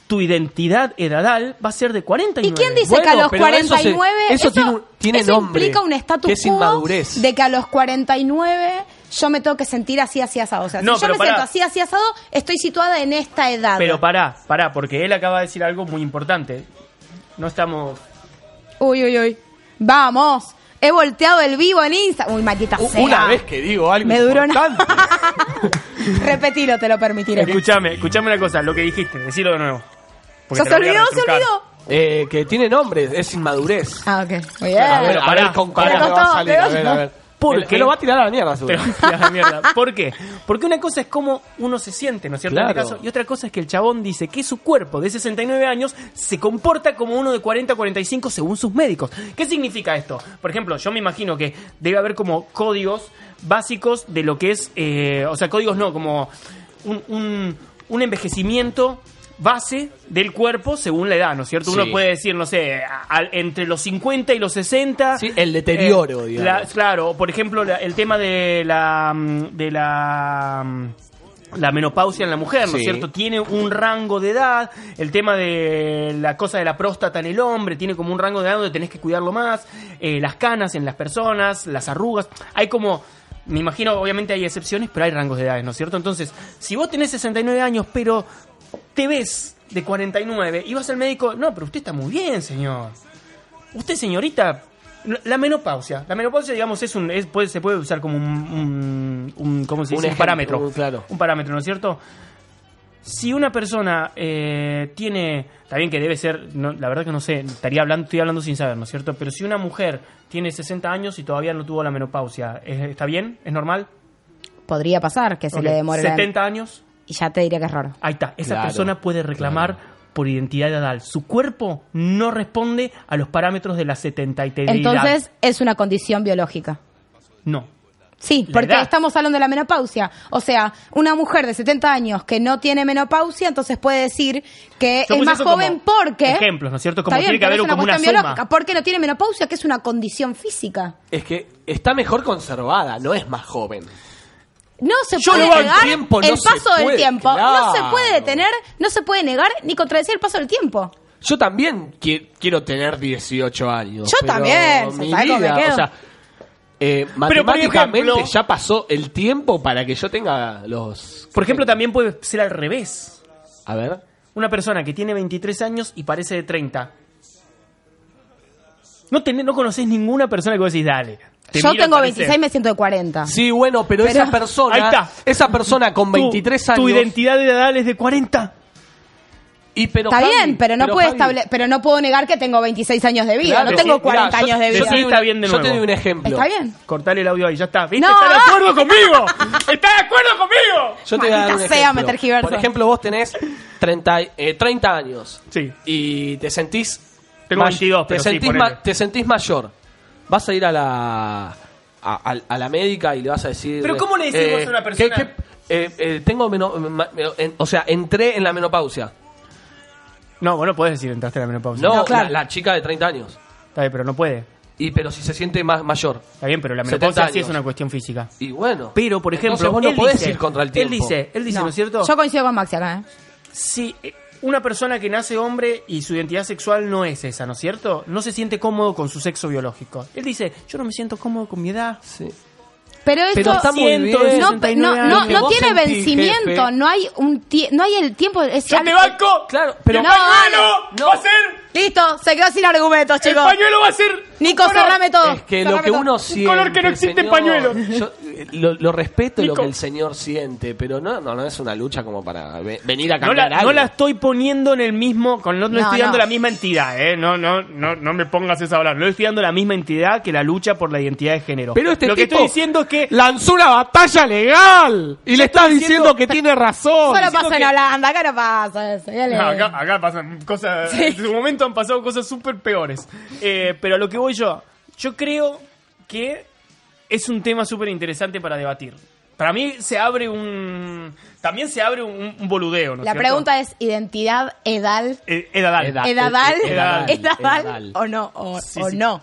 [SPEAKER 8] tu identidad edadal va a ser de 49.
[SPEAKER 3] ¿y quién dice que a los 49
[SPEAKER 4] eso tiene un- tiene
[SPEAKER 3] eso
[SPEAKER 4] nombre,
[SPEAKER 3] implica un estatus
[SPEAKER 4] que es
[SPEAKER 3] quo
[SPEAKER 4] inmadurez.
[SPEAKER 3] de que a los 49 yo me tengo que sentir así, así, asado. O sea,
[SPEAKER 8] No,
[SPEAKER 3] si yo
[SPEAKER 8] pero
[SPEAKER 3] me
[SPEAKER 8] pará.
[SPEAKER 3] siento así, así, asado, estoy situada en esta edad.
[SPEAKER 8] Pero pará, pará, porque él acaba de decir algo muy importante. No estamos...
[SPEAKER 3] Uy, uy, uy. Vamos. He volteado el vivo en Instagram. Uy, maldita sea.
[SPEAKER 4] que digo algo
[SPEAKER 3] Me duró una... *laughs* Repetilo, te lo permitiré.
[SPEAKER 8] Escuchame, escuchame una cosa, lo que dijiste, decilo de nuevo. Porque
[SPEAKER 3] ¿Ya
[SPEAKER 8] te
[SPEAKER 3] se
[SPEAKER 8] lo voy a
[SPEAKER 3] olvidó? ¿Se
[SPEAKER 8] retrucar.
[SPEAKER 3] olvidó?
[SPEAKER 4] Eh, que tiene nombre, es inmadurez.
[SPEAKER 3] Ah, ok. Muy bien.
[SPEAKER 4] A ver, a ver con cuál
[SPEAKER 3] Te
[SPEAKER 4] me va
[SPEAKER 3] costó,
[SPEAKER 4] a salir,
[SPEAKER 3] te
[SPEAKER 4] a ver, a
[SPEAKER 3] costó.
[SPEAKER 4] ver.
[SPEAKER 8] ¿Por
[SPEAKER 4] El
[SPEAKER 8] qué?
[SPEAKER 4] que lo va a tirar a la mierda, seguro.
[SPEAKER 8] Pero, *laughs* la mierda. ¿Por qué? Porque una cosa es cómo uno se siente, ¿no es cierto? En este
[SPEAKER 4] Claro.
[SPEAKER 8] caso, y otra cosa es que el chabón dice que su cuerpo de 69 años se comporta como uno de 40 45 según sus médicos. ¿Qué significa esto? Por ejemplo, yo me imagino que debe haber como códigos básicos de lo que es, eh, o sea, códigos no, como un, un- un envejecimiento base del cuerpo según la edad, ¿no es cierto? Uno
[SPEAKER 4] Sí.
[SPEAKER 8] puede decir, no sé, al- entre los 50 y los 60.
[SPEAKER 4] el deterioro, digamos.
[SPEAKER 8] la- Claro, por ejemplo, la- el tema de la mm, de la mm, la menopausia en la mujer, ¿no es
[SPEAKER 4] Sí.
[SPEAKER 8] cierto? Tiene un rango de edad, el tema de la cosa de la próstata en el hombre, tiene como un rango de edad donde tenés que cuidarlo más, eh, las canas en las personas, las arrugas, hay como, me imagino, obviamente hay excepciones, pero hay rangos de edades, ¿no es cierto? Entonces, si vos tenés 69 años, pero te ves de 49 y vas al médico, no, pero usted está muy bien, señor. Usted, señorita, la- la menopausia. La menopausia, digamos, es un, es- puede, se puede usar como un, un, un- ¿cómo se
[SPEAKER 4] Un
[SPEAKER 8] dice? Un,
[SPEAKER 4] ejemplo,
[SPEAKER 8] parámetro.
[SPEAKER 4] un- claro.
[SPEAKER 8] Un parámetro, ¿no es cierto? Si una persona eh, tiene, está bien que debe ser, no, la verdad que no sé, estaría hablando, estoy hablando sin saber, ¿no es cierto? Pero si una mujer tiene 60 años y todavía no tuvo la menopausia, ¿es- ¿está bien? ¿Es normal?
[SPEAKER 3] Podría pasar que se
[SPEAKER 8] Ok.
[SPEAKER 3] le demore. la-
[SPEAKER 8] 70 años,
[SPEAKER 3] Y ya te diría que es raro.
[SPEAKER 8] ahí está. Esa
[SPEAKER 3] Claro,
[SPEAKER 8] persona puede reclamar por identidad edad. Su cuerpo no responde a los parámetros de la 73
[SPEAKER 3] Entonces es una condición biológica.
[SPEAKER 8] no.
[SPEAKER 3] Sí,
[SPEAKER 8] La
[SPEAKER 3] porque
[SPEAKER 8] edad.
[SPEAKER 3] estamos hablando de la menopausia. O sea, una mujer de 70 años que no tiene menopausia, entonces puede decir que
[SPEAKER 8] Yo
[SPEAKER 3] es
[SPEAKER 8] puse
[SPEAKER 3] más
[SPEAKER 8] eso como
[SPEAKER 3] joven porque...
[SPEAKER 8] ejemplos, ¿no es cierto? Como
[SPEAKER 3] Está
[SPEAKER 8] tiene que
[SPEAKER 3] pero
[SPEAKER 8] haber
[SPEAKER 3] es
[SPEAKER 8] como una
[SPEAKER 3] cuestión
[SPEAKER 8] suma.
[SPEAKER 3] biológica. Porque no tiene menopausia, que es una condición física.
[SPEAKER 4] Es que está mejor conservada, no es más joven.
[SPEAKER 3] No se
[SPEAKER 4] Yo
[SPEAKER 3] puede
[SPEAKER 4] lo hago al
[SPEAKER 3] negar
[SPEAKER 4] tiempo, no
[SPEAKER 3] el
[SPEAKER 4] se
[SPEAKER 3] paso del
[SPEAKER 4] puede,
[SPEAKER 3] tiempo. No se
[SPEAKER 4] claro.
[SPEAKER 3] puede detener, no se puede negar ni contradecir el paso del tiempo.
[SPEAKER 4] Yo también qui- quiero tener 18 años.
[SPEAKER 3] Yo
[SPEAKER 4] pero
[SPEAKER 3] también,
[SPEAKER 4] mi
[SPEAKER 3] ¿sabes cómo me
[SPEAKER 4] vida,
[SPEAKER 3] quedo?
[SPEAKER 4] O sea, eh,
[SPEAKER 8] Pero, por
[SPEAKER 4] matemáticamente
[SPEAKER 8] ejemplo-
[SPEAKER 4] ya pasó el tiempo para que yo tenga los...
[SPEAKER 8] Por ejemplo, también puede ser al revés.
[SPEAKER 4] A ver.
[SPEAKER 8] Una persona que tiene 23 años y parece de 30. No, tenés, no conocés ninguna persona que vos decís, dale. te
[SPEAKER 3] Yo
[SPEAKER 8] miro
[SPEAKER 3] tengo
[SPEAKER 8] aparecer.
[SPEAKER 3] 26, me siento de 40.
[SPEAKER 4] Sí, bueno, pero,
[SPEAKER 3] Ah. Pero-
[SPEAKER 4] esa persona...
[SPEAKER 8] Ahí está.
[SPEAKER 4] Esa persona con
[SPEAKER 8] Tu-
[SPEAKER 4] 23
[SPEAKER 8] Tu
[SPEAKER 4] años...
[SPEAKER 8] identidad de edad es de 40.
[SPEAKER 4] y, pero,
[SPEAKER 3] está
[SPEAKER 4] Javi,
[SPEAKER 3] bien, pero no puedo
[SPEAKER 4] Javi,
[SPEAKER 3] estable- pero no puedo negar que tengo 26 años de vida, no
[SPEAKER 4] Claro, sí,
[SPEAKER 3] tengo
[SPEAKER 4] mirá,
[SPEAKER 3] 40
[SPEAKER 4] yo-
[SPEAKER 3] años de
[SPEAKER 4] yo
[SPEAKER 3] vida.
[SPEAKER 4] te doy
[SPEAKER 8] Está
[SPEAKER 4] un-
[SPEAKER 8] bien de
[SPEAKER 4] yo
[SPEAKER 8] nuevo.
[SPEAKER 4] te doy un ejemplo.
[SPEAKER 3] Está bien.
[SPEAKER 8] Cortale el audio ahí, ya está. ¿Viste?
[SPEAKER 3] No.
[SPEAKER 8] ¿Está de
[SPEAKER 3] *laughs*
[SPEAKER 8] acuerdo conmigo? ¿Está de acuerdo conmigo?
[SPEAKER 4] Yo te voy a dar un
[SPEAKER 3] Maldita
[SPEAKER 4] ejemplo.
[SPEAKER 3] sea, me tergiversa.
[SPEAKER 4] Por ejemplo, vos tenés 30, eh, 30 años.
[SPEAKER 8] Sí.
[SPEAKER 4] Y te sentís...
[SPEAKER 8] Tengo
[SPEAKER 4] may-
[SPEAKER 8] 22, pero
[SPEAKER 4] te
[SPEAKER 8] sí,
[SPEAKER 4] sentís,
[SPEAKER 8] ponele.
[SPEAKER 4] ma- te sentís mayor. Vas a ir a la... a, a- a la médica y le vas a decir.
[SPEAKER 8] Pero ¿cómo le decimos a una persona?
[SPEAKER 4] ¿qué- qué- eh, eh, tengo meno- ma- meno- en- o sea, entré en la menopausia.
[SPEAKER 8] No, vos no podés decir entraste en la menopausia.
[SPEAKER 4] No, la, la chica de 30 años.
[SPEAKER 8] Está bien, pero no puede.
[SPEAKER 4] Y pero si se siente más mayor.
[SPEAKER 8] Está bien, pero la
[SPEAKER 4] 70
[SPEAKER 8] menopausia
[SPEAKER 4] años.
[SPEAKER 8] sí es una cuestión física.
[SPEAKER 4] Y bueno.
[SPEAKER 8] Pero, por ejemplo,
[SPEAKER 4] Entonces vos no
[SPEAKER 8] él
[SPEAKER 4] podés
[SPEAKER 8] dice-
[SPEAKER 4] ir contra el tiempo.
[SPEAKER 8] Él dice, él dice, ¿no, es cierto?
[SPEAKER 3] Yo coincido con Maxi acá, ¿eh?
[SPEAKER 8] Si eh, una persona que nace hombre y su identidad sexual no es esa, ¿no es cierto? No se siente cómodo con su sexo biológico. Él dice, yo no me siento cómodo con mi edad.
[SPEAKER 3] Pero esto
[SPEAKER 8] Pero está muy bien,
[SPEAKER 3] no,
[SPEAKER 8] 69
[SPEAKER 3] no, no,
[SPEAKER 8] años.
[SPEAKER 3] no
[SPEAKER 8] Vos
[SPEAKER 3] tiene
[SPEAKER 8] sentís,
[SPEAKER 3] vencimiento,
[SPEAKER 8] jefe.
[SPEAKER 3] no hay un tie- no hay el tiempo. Es
[SPEAKER 8] ¡Yo te banco!
[SPEAKER 4] Claro,
[SPEAKER 3] pero- No,
[SPEAKER 8] pañuelo va a ser...
[SPEAKER 3] Listo, se quedó sin argumentos,
[SPEAKER 8] El
[SPEAKER 3] chicos.
[SPEAKER 8] pañuelo va a ser...
[SPEAKER 3] Nico, cerrame todo.
[SPEAKER 4] Es que lo que uno siente.
[SPEAKER 8] color que no existe en
[SPEAKER 4] señor,
[SPEAKER 8] pañuelo.
[SPEAKER 4] yo, eh, lo, lo respeto lo que el señor siente, pero no, no, no es una lucha como para ve- venir a
[SPEAKER 8] No
[SPEAKER 4] cambiar
[SPEAKER 8] la,
[SPEAKER 4] algo.
[SPEAKER 8] no la estoy poniendo en el mismo, con, no, no
[SPEAKER 4] No,
[SPEAKER 8] estoy
[SPEAKER 4] no.
[SPEAKER 8] dando la misma entidad, ¿eh? No, no, no, no me pongas esa hablar. No estoy dando la misma entidad que la lucha por la identidad de género.
[SPEAKER 14] Pero este
[SPEAKER 8] Lo que
[SPEAKER 14] tipo
[SPEAKER 8] estoy diciendo es que...
[SPEAKER 14] Lanzó una batalla legal y le está diciendo que tiene razón.
[SPEAKER 3] Solo pasa en Holanda, acá no pasa eso. dale.
[SPEAKER 8] No, acá, ah, acá pasan cosas. En su momento han pasado cosas súper peores. Eh, pero a lo que voy yo, yo creo que es un tema súper interesante para debatir. Para mí se abre un. También se abre un, un boludeo, ¿no es
[SPEAKER 3] La
[SPEAKER 8] cierto?
[SPEAKER 3] pregunta es identidad edal.
[SPEAKER 8] Eh, edadal.
[SPEAKER 3] Edadal,
[SPEAKER 8] Eh, edadal.
[SPEAKER 3] *laughs* edadal
[SPEAKER 8] Edadal.
[SPEAKER 3] o no, o,
[SPEAKER 8] Sí,
[SPEAKER 3] o
[SPEAKER 8] sí.
[SPEAKER 3] no.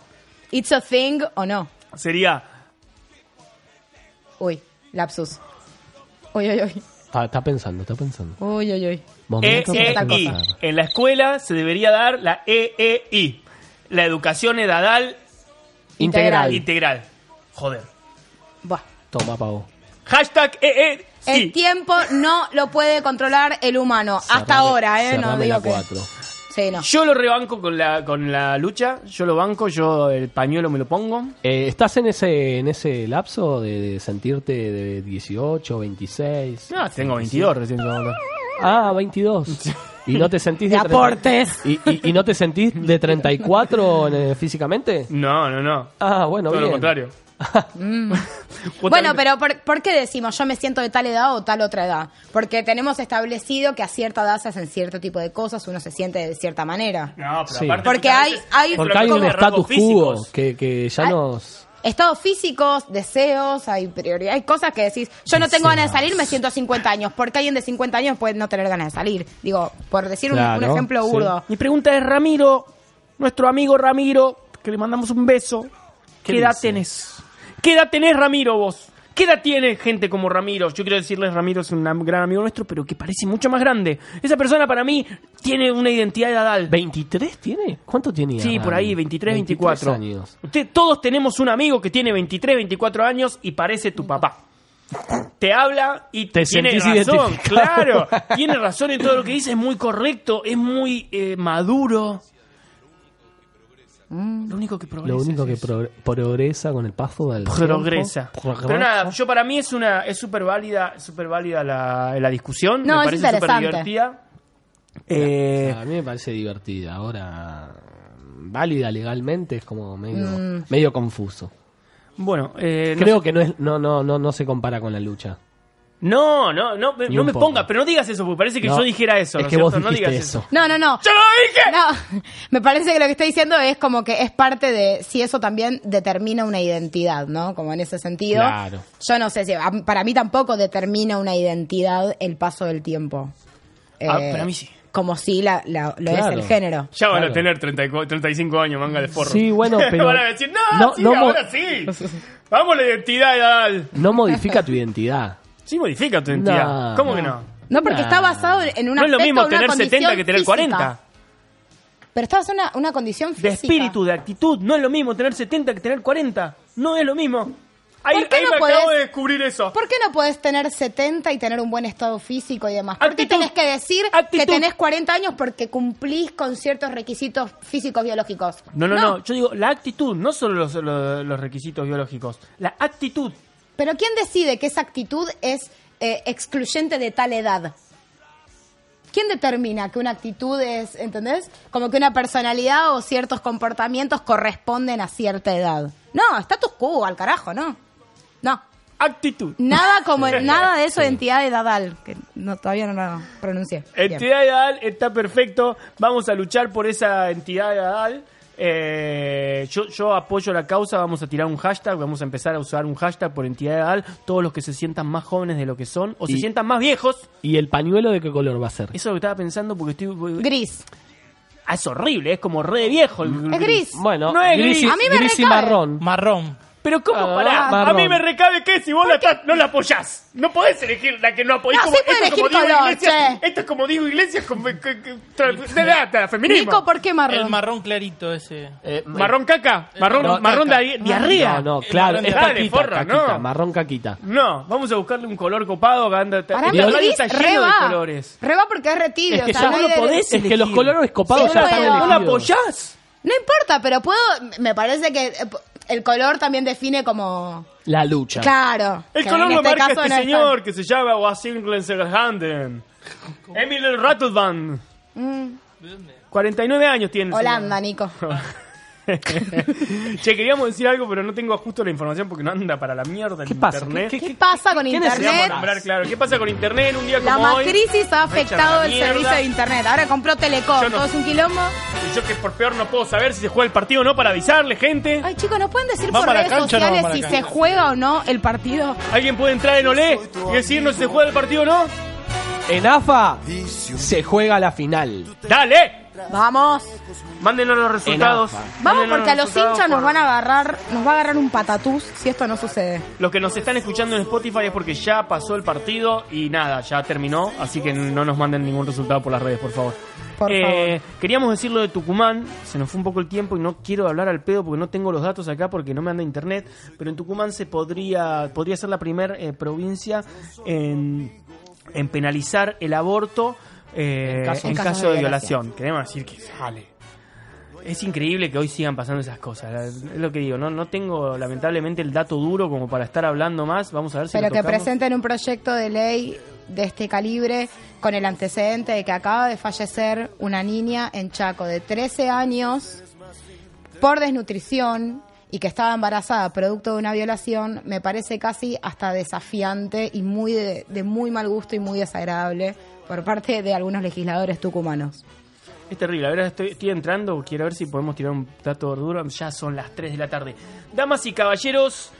[SPEAKER 3] It's a thing o no.
[SPEAKER 8] Sería.
[SPEAKER 3] Uy, lapsus. Uy, uy, uy.
[SPEAKER 4] Está, está pensando, está pensando.
[SPEAKER 3] Uy, uy, uy.
[SPEAKER 8] Eh,
[SPEAKER 4] Momento para
[SPEAKER 8] EEI.
[SPEAKER 4] pensar.
[SPEAKER 8] E En la escuela se debería dar la EEI. La educación edadal
[SPEAKER 4] Integral.
[SPEAKER 8] Integral. Joder.
[SPEAKER 4] Toma, pavo.
[SPEAKER 8] Hashtag E EEI.
[SPEAKER 3] El tiempo no lo puede controlar el humano. Hasta ahora, ¿eh? No digo que. Sí, no.
[SPEAKER 8] Yo lo rebanco con la, con la lucha, yo lo banco, yo el pañuelo me lo pongo.
[SPEAKER 4] Eh, ¿Estás en ese, en ese lapso de, de sentirte de 18, 26?
[SPEAKER 8] No, Ah, tengo 22 recién.
[SPEAKER 4] Ah,
[SPEAKER 8] *laughs*
[SPEAKER 4] 22. ¿Y no te sentís de,
[SPEAKER 8] De
[SPEAKER 4] 30?
[SPEAKER 8] aportes.
[SPEAKER 4] ¿Y, y, y no te sentís de 34 en, eh, físicamente?
[SPEAKER 8] No, no, no.
[SPEAKER 4] Ah, bueno,
[SPEAKER 8] Todo lo
[SPEAKER 4] bien.
[SPEAKER 8] contrario.
[SPEAKER 3] Mm. Bueno, pero ¿por, por qué decimos yo me siento de tal edad o tal otra edad? Porque tenemos establecido que a cierta edad se hacen cierto tipo de cosas, uno se siente de cierta manera.
[SPEAKER 8] No,
[SPEAKER 4] Sí.
[SPEAKER 3] Porque hay, hay,
[SPEAKER 4] Porque hay un
[SPEAKER 3] como
[SPEAKER 4] status quo que, que ya nos...
[SPEAKER 3] estados físicos, deseos, hay prioridad, hay cosas que decís, yo no tengo ganas de salir, me siento a 50 años. Porque alguien de 50 años puede no tener ganas de salir? Digo, por decir un- un,
[SPEAKER 8] Claro,
[SPEAKER 3] ejemplo
[SPEAKER 8] sí.
[SPEAKER 3] burdo.
[SPEAKER 8] Mi pregunta es Ramiro, nuestro amigo Ramiro, que le mandamos un beso. ¿Qué,
[SPEAKER 3] ¿Qué
[SPEAKER 8] edad
[SPEAKER 3] dice?
[SPEAKER 8] tenés? ¿Qué edad tenés, Ramiro, vos? ¿Qué edad tiene gente como Ramiro? Yo quiero decirles, Ramiro es un am- gran amigo nuestro, pero que parece mucho más grande. Esa persona para mí tiene una identidad edadal.
[SPEAKER 4] ¿23 tiene? ¿Cuánto tenía?
[SPEAKER 8] Sí, por ahí, 23, 24.
[SPEAKER 4] años.
[SPEAKER 8] Usted, todos tenemos un amigo que tiene 23, 24 años y parece tu papá. Te habla y
[SPEAKER 4] Te
[SPEAKER 8] tiene
[SPEAKER 4] sentís
[SPEAKER 8] razón,
[SPEAKER 4] identificado. *laughs*
[SPEAKER 8] claro. Tiene razón en todo lo que dice, es muy correcto, es muy eh, maduro.
[SPEAKER 3] Mm.
[SPEAKER 8] Lo único que progresa.
[SPEAKER 4] Lo único que progre- progresa con el paso del
[SPEAKER 8] Progresa.
[SPEAKER 4] tiempo. Progresa.
[SPEAKER 8] Pero nada, yo para mí es una es súper válida, súper válida la, la discusión,
[SPEAKER 3] No,
[SPEAKER 8] me
[SPEAKER 3] es
[SPEAKER 8] parece súper
[SPEAKER 3] interesante.
[SPEAKER 8] divertida. Eh,
[SPEAKER 4] Ah, A mí me parece divertida. Ahora, mm, válida legalmente es como medio,
[SPEAKER 8] Mm.
[SPEAKER 4] medio confuso.
[SPEAKER 8] Bueno, eh, no
[SPEAKER 4] Creo
[SPEAKER 8] sé-
[SPEAKER 4] que no, es, no, no, no, no se compara con la lucha.
[SPEAKER 8] No, no, no, me-
[SPEAKER 4] Ni
[SPEAKER 8] no
[SPEAKER 4] un
[SPEAKER 8] me
[SPEAKER 4] poco.
[SPEAKER 8] pongas, pero no digas eso, porque parece que
[SPEAKER 4] No,
[SPEAKER 8] yo dijera eso.
[SPEAKER 4] es
[SPEAKER 8] ¿no
[SPEAKER 4] que
[SPEAKER 8] cierto?
[SPEAKER 4] vos
[SPEAKER 8] no
[SPEAKER 4] dijiste
[SPEAKER 8] digas
[SPEAKER 4] eso.
[SPEAKER 3] No, no, no.
[SPEAKER 8] ¡Yo lo
[SPEAKER 3] dije! *laughs* me parece que lo que está diciendo es como que es parte de si eso también determina una identidad, ¿no? Como en ese sentido.
[SPEAKER 4] Claro.
[SPEAKER 3] Yo no sé si a- para mí tampoco determina una identidad el paso del tiempo. Eh,
[SPEAKER 8] Ah, para mí sí.
[SPEAKER 3] Como si la, la- lo es el género.
[SPEAKER 8] Ya van
[SPEAKER 4] Claro.
[SPEAKER 8] a tener 34 35 años, manga de forro.
[SPEAKER 4] Sí,
[SPEAKER 8] *laughs*
[SPEAKER 4] bueno, pero-
[SPEAKER 8] van a decir, no,
[SPEAKER 4] No,
[SPEAKER 8] sí,
[SPEAKER 4] no mo-
[SPEAKER 8] ahora
[SPEAKER 4] *laughs*
[SPEAKER 8] sí. Vamos a la identidad edad.
[SPEAKER 4] No modifica tu identidad.
[SPEAKER 8] Sí, modifica tu identidad.
[SPEAKER 4] No,
[SPEAKER 8] ¿Cómo
[SPEAKER 4] no.
[SPEAKER 8] que no?
[SPEAKER 3] No, porque
[SPEAKER 4] Nah.
[SPEAKER 3] está basado en una
[SPEAKER 8] No es lo mismo tener 70
[SPEAKER 3] 70
[SPEAKER 8] que tener 40.
[SPEAKER 3] Pero está basado en una, una condición
[SPEAKER 8] De
[SPEAKER 3] física.
[SPEAKER 8] espíritu, de actitud. No es lo mismo tener 70 que tener 40. No es lo mismo. Ahí,
[SPEAKER 3] ¿Por qué
[SPEAKER 8] ahí
[SPEAKER 3] no
[SPEAKER 8] me acabo
[SPEAKER 3] podés-
[SPEAKER 8] de descubrir eso.
[SPEAKER 3] ¿Por qué no podés tener 70 y tener un buen estado físico y demás? ¿Por qué
[SPEAKER 8] Actitud.
[SPEAKER 3] tenés que decir que tenés 40 años porque cumplís con ciertos requisitos físicos biológicos?
[SPEAKER 8] No, no, no, Yo digo la actitud, no solo los, los- los requisitos biológicos. La actitud.
[SPEAKER 3] Pero ¿quién decide que esa actitud es eh, excluyente de tal edad? ¿Quién determina que una actitud es, ¿entendés? Como que una personalidad o ciertos comportamientos corresponden a cierta edad. No, status quo, al carajo, ¿no? No.
[SPEAKER 8] Actitud.
[SPEAKER 3] Nada como nada de eso de entidad edadal, que no, todavía no lo
[SPEAKER 8] Eh,
[SPEAKER 3] pronuncié. Bien.
[SPEAKER 8] Entidad ideal está perfecto. Vamos a luchar por esa entidad ideal. Eh, yo, yo apoyo la causa, vamos a tirar un hashtag, vamos a empezar a usar un hashtag por entidad legal, todos los que se sientan más jóvenes de lo que son, o se
[SPEAKER 4] Y-
[SPEAKER 8] sientan más viejos.
[SPEAKER 4] ¿Y el pañuelo de qué color va a ser?
[SPEAKER 8] Eso es lo que estaba pensando porque estoy...
[SPEAKER 3] Gris.
[SPEAKER 8] Ah, es horrible, es como re de viejo. El
[SPEAKER 3] Es gris.
[SPEAKER 4] Bueno,
[SPEAKER 8] no es
[SPEAKER 4] gris
[SPEAKER 8] gris.
[SPEAKER 4] y- A mí me gris y recae. marrón. Ah,
[SPEAKER 15] Marrón.
[SPEAKER 8] Pero ¿cómo? Pará, a
[SPEAKER 3] Ah,
[SPEAKER 4] marrón.
[SPEAKER 8] mí me recabe que si vos la estás- no la apoyás. No podés elegir la que no apoyás.
[SPEAKER 3] No,
[SPEAKER 8] Como-
[SPEAKER 3] sí puede
[SPEAKER 8] esto es como
[SPEAKER 3] elegir
[SPEAKER 8] Diego
[SPEAKER 3] color,
[SPEAKER 8] Iglesias- Esto es como digo Iglesias con... con- con- tra- de la- de la feminismo.
[SPEAKER 15] El marrón clarito ese.
[SPEAKER 8] marrón caca, marrón,
[SPEAKER 4] Eh, No,
[SPEAKER 8] marrón
[SPEAKER 15] caca.
[SPEAKER 8] di- diarrea.
[SPEAKER 4] No, no, claro,
[SPEAKER 8] Marrón
[SPEAKER 4] es
[SPEAKER 8] diarrea.
[SPEAKER 4] caquita,
[SPEAKER 8] Dale, forra,
[SPEAKER 4] caquita,
[SPEAKER 8] no.
[SPEAKER 4] marrón caquita.
[SPEAKER 8] No, vamos a buscarle un color copado. que anda-
[SPEAKER 3] Para
[SPEAKER 8] el
[SPEAKER 3] mí
[SPEAKER 8] radio
[SPEAKER 3] gris
[SPEAKER 8] está
[SPEAKER 3] re
[SPEAKER 8] lleno de
[SPEAKER 3] va.
[SPEAKER 8] colores.
[SPEAKER 3] Re va porque es retiro.
[SPEAKER 8] *laughs* Es que
[SPEAKER 3] o sea,
[SPEAKER 8] ya
[SPEAKER 3] no
[SPEAKER 8] no lo
[SPEAKER 3] hay de-
[SPEAKER 8] podés
[SPEAKER 4] Es que los colores copados
[SPEAKER 3] Sí,
[SPEAKER 4] ya
[SPEAKER 3] puedo.
[SPEAKER 4] están
[SPEAKER 3] ¿No la
[SPEAKER 4] elegidos.
[SPEAKER 8] apoyás?
[SPEAKER 3] No importa, pero puedo. Me parece que eh, p- el color también define como.
[SPEAKER 4] La lucha.
[SPEAKER 3] Claro.
[SPEAKER 8] El
[SPEAKER 3] que
[SPEAKER 8] color
[SPEAKER 3] en
[SPEAKER 8] lo
[SPEAKER 3] este
[SPEAKER 8] marca
[SPEAKER 3] caso
[SPEAKER 8] este
[SPEAKER 3] no es
[SPEAKER 8] señor que se llama Wasim Glenserhanden. Emil Rattlesvan.
[SPEAKER 3] tan- Mm,
[SPEAKER 8] 49 años tiene. el
[SPEAKER 3] Holanda, Nico.
[SPEAKER 8] señor. *laughs* che, queríamos decir algo, pero no tengo justo la información porque no anda para la mierda el internet.
[SPEAKER 3] ¿Qué pasa con
[SPEAKER 8] necesitamos
[SPEAKER 3] Internet?
[SPEAKER 8] nombrar, claro. ¿Qué pasa con internet en un día
[SPEAKER 3] La
[SPEAKER 8] como hoy?
[SPEAKER 3] macrisis ha
[SPEAKER 8] No echan la
[SPEAKER 3] afectado el
[SPEAKER 8] mierda.
[SPEAKER 3] servicio de Internet. Ahora compró Telecom.
[SPEAKER 8] Yo no-
[SPEAKER 3] Todo es un quilombo.
[SPEAKER 8] Y yo que por peor no puedo saber si se juega el partido o no para avisarle, gente.
[SPEAKER 3] Ay, chicos, ¿no pueden decir
[SPEAKER 8] ¿Va
[SPEAKER 3] por
[SPEAKER 8] para la
[SPEAKER 3] redes
[SPEAKER 8] cancha o no va
[SPEAKER 3] sociales
[SPEAKER 8] para
[SPEAKER 3] si
[SPEAKER 8] la
[SPEAKER 3] se
[SPEAKER 8] cancha?
[SPEAKER 3] juega o no el partido?
[SPEAKER 8] ¿Alguien puede entrar en Olé y decirnos si se juega el partido o no?
[SPEAKER 4] En AFA se juega la final.
[SPEAKER 8] ¡Dale!
[SPEAKER 3] Vamos.
[SPEAKER 8] Mándenos los resultados.
[SPEAKER 4] En AFA.
[SPEAKER 3] Vamos
[SPEAKER 8] Mándenos
[SPEAKER 3] porque a los
[SPEAKER 8] resultados
[SPEAKER 3] hinchas nos
[SPEAKER 8] por-
[SPEAKER 3] van a agarrar, nos va a agarrar un patatús si esto no sucede.
[SPEAKER 8] Los que nos están escuchando en Spotify es porque ya pasó el partido y nada, ya terminó, así que no nos manden ningún resultado por las redes, por favor. Eh, Queríamos decir lo de Tucumán, se nos fue un poco el tiempo y no quiero hablar al pedo porque no tengo los datos acá porque no me anda internet, pero en Tucumán se podría, podría ser la primera provincia en, en penalizar el aborto eh, en caso,
[SPEAKER 4] En caso
[SPEAKER 8] de,
[SPEAKER 4] de
[SPEAKER 8] violación. Queremos decir que sale. Es increíble que hoy sigan pasando esas cosas. la- Es lo que digo. No, no tengo lamentablemente el dato duro como para estar hablando más. Vamos a ver si
[SPEAKER 3] Pero
[SPEAKER 8] lo
[SPEAKER 3] que
[SPEAKER 8] tocamos.
[SPEAKER 3] presenten un proyecto de ley de este calibre con el antecedente de que acaba de fallecer una niña en Chaco de 13 años por desnutrición y que estaba embarazada producto de una violación, me parece casi hasta desafiante y muy de, de muy mal gusto y muy desagradable por parte de algunos legisladores tucumanos.
[SPEAKER 8] Es terrible. A ver, estoy, estoy entrando. Quiero ver si podemos tirar un dato duro. Ya son las 3 de la tarde. Damas y caballeros,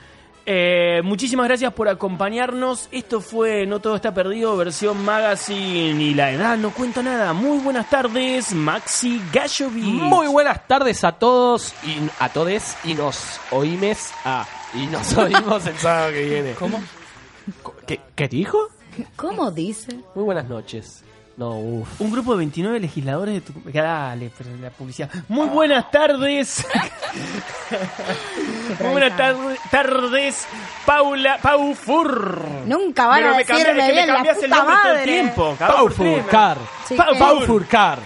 [SPEAKER 8] eh, muchísimas gracias por acompañarnos. Esto fue No Todo Está Perdido, versión magazine. Y la edad no cuenta nada. Muy buenas tardes, Maxi Gallovi.
[SPEAKER 4] Muy buenas tardes a todos y a todes y nos oímes a y nos oímos el sábado que viene. ¿Cómo? ¿Qué, qué dijo?
[SPEAKER 3] ¿Cómo dice?
[SPEAKER 4] Muy buenas noches. No, uff.
[SPEAKER 8] Un grupo de 29 legisladores de Tucumán. Dale, pero la publicidad. Muy
[SPEAKER 3] Ah.
[SPEAKER 8] buenas
[SPEAKER 3] *laughs*
[SPEAKER 8] tardes. Muy buenas tar- tardes, Paula, Pau Fur.
[SPEAKER 3] Nunca van
[SPEAKER 8] Pero
[SPEAKER 3] a
[SPEAKER 8] me cambias-
[SPEAKER 3] decirme
[SPEAKER 8] es que me
[SPEAKER 3] bien la
[SPEAKER 8] cambias el
[SPEAKER 3] puta
[SPEAKER 8] nombre todo el
[SPEAKER 3] madre.
[SPEAKER 8] tiempo, cada
[SPEAKER 4] Pau
[SPEAKER 8] dos por tres, me-
[SPEAKER 4] Furcar.
[SPEAKER 3] Sí, eh.
[SPEAKER 4] Pa-
[SPEAKER 3] que-
[SPEAKER 4] Pau Furcar.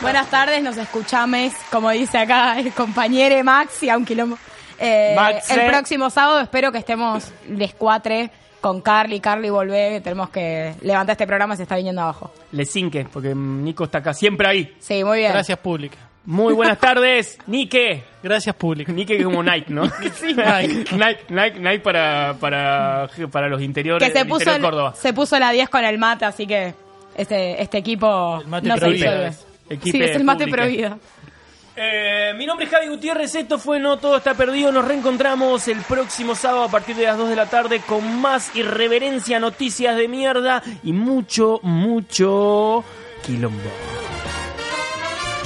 [SPEAKER 3] Buenas tardes, nos escuchames, como dice acá el compañero Maxi, a un quilombo. Eh,
[SPEAKER 16] Maxe.
[SPEAKER 3] el próximo sábado espero que estemos descuatre con Carly. Carly, volvé, que tenemos que levantar este programa, se está viniendo abajo.
[SPEAKER 8] Le cinque, porque Nico está acá siempre ahí.
[SPEAKER 3] Sí, muy bien.
[SPEAKER 15] Gracias, pública.
[SPEAKER 8] Muy buenas tardes, Nike.
[SPEAKER 15] Gracias, público.
[SPEAKER 8] Nike como Nike,
[SPEAKER 15] *laughs*
[SPEAKER 8] ¿no? Nike. Nike, Nike, para, para, para los interiores
[SPEAKER 3] Que se
[SPEAKER 8] del
[SPEAKER 3] puso,
[SPEAKER 8] interior de
[SPEAKER 3] el-
[SPEAKER 8] Córdoba.
[SPEAKER 3] se puso la 10 con el mate, así que este, este equipo
[SPEAKER 8] mate
[SPEAKER 3] no se
[SPEAKER 8] pro vida.
[SPEAKER 3] disuelve.
[SPEAKER 8] Equipe
[SPEAKER 3] Sí, es el mate
[SPEAKER 8] pública.
[SPEAKER 3] prohibido.
[SPEAKER 8] Eh, mi nombre es Javi Gutiérrez, esto fue No Todo Está Perdido, nos reencontramos el próximo sábado a partir de las 2 de la tarde con más irreverencia, noticias de mierda y mucho, mucho quilombo.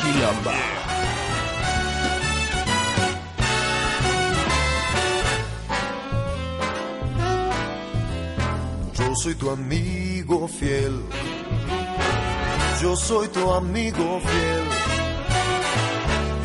[SPEAKER 8] Quilombo.
[SPEAKER 7] Yo soy tu amigo fiel. Yo soy tu amigo fiel.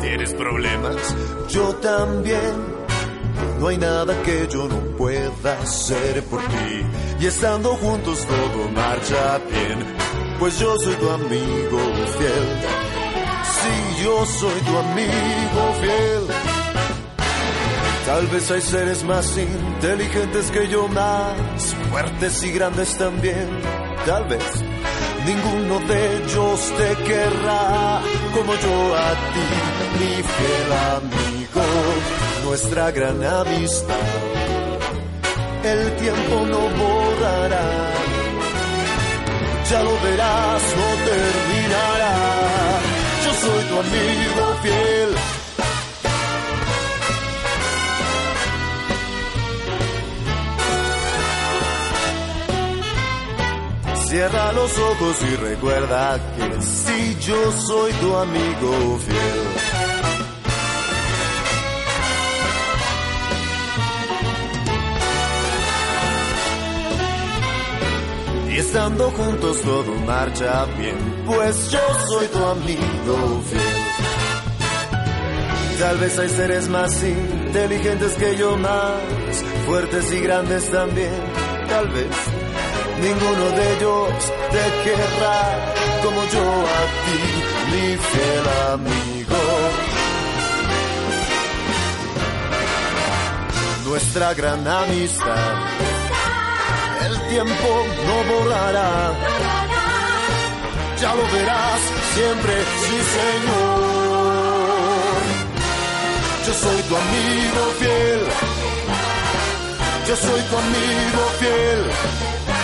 [SPEAKER 7] ¿Tienes problemas? Yo también. No hay nada que yo no pueda hacer por ti. Y estando juntos todo marcha bien. Pues yo soy tu amigo fiel. si yo soy tu amigo fiel. Tal vez hay seres más inteligentes que yo, más fuertes y grandes también. Tal vez ninguno de ellos te querrá como yo a ti, mi fiel amigo, nuestra gran amistad. El tiempo no borrará, ya lo verás, no terminará. Yo soy tu amigo fiel. Cierra los ojos y recuerda que si yo soy tu amigo fiel. Y estando juntos todo marcha bien, pues yo soy tu amigo fiel. Tal vez hay seres más inteligentes que yo, más fuertes y grandes también. Tal vez ninguno de ellos te querrá como yo a ti, mi fiel amigo. Nuestra gran amistad, el tiempo no volará. Ya lo verás siempre, sí señor. Yo soy tu amigo fiel. Yo soy tu amigo fiel.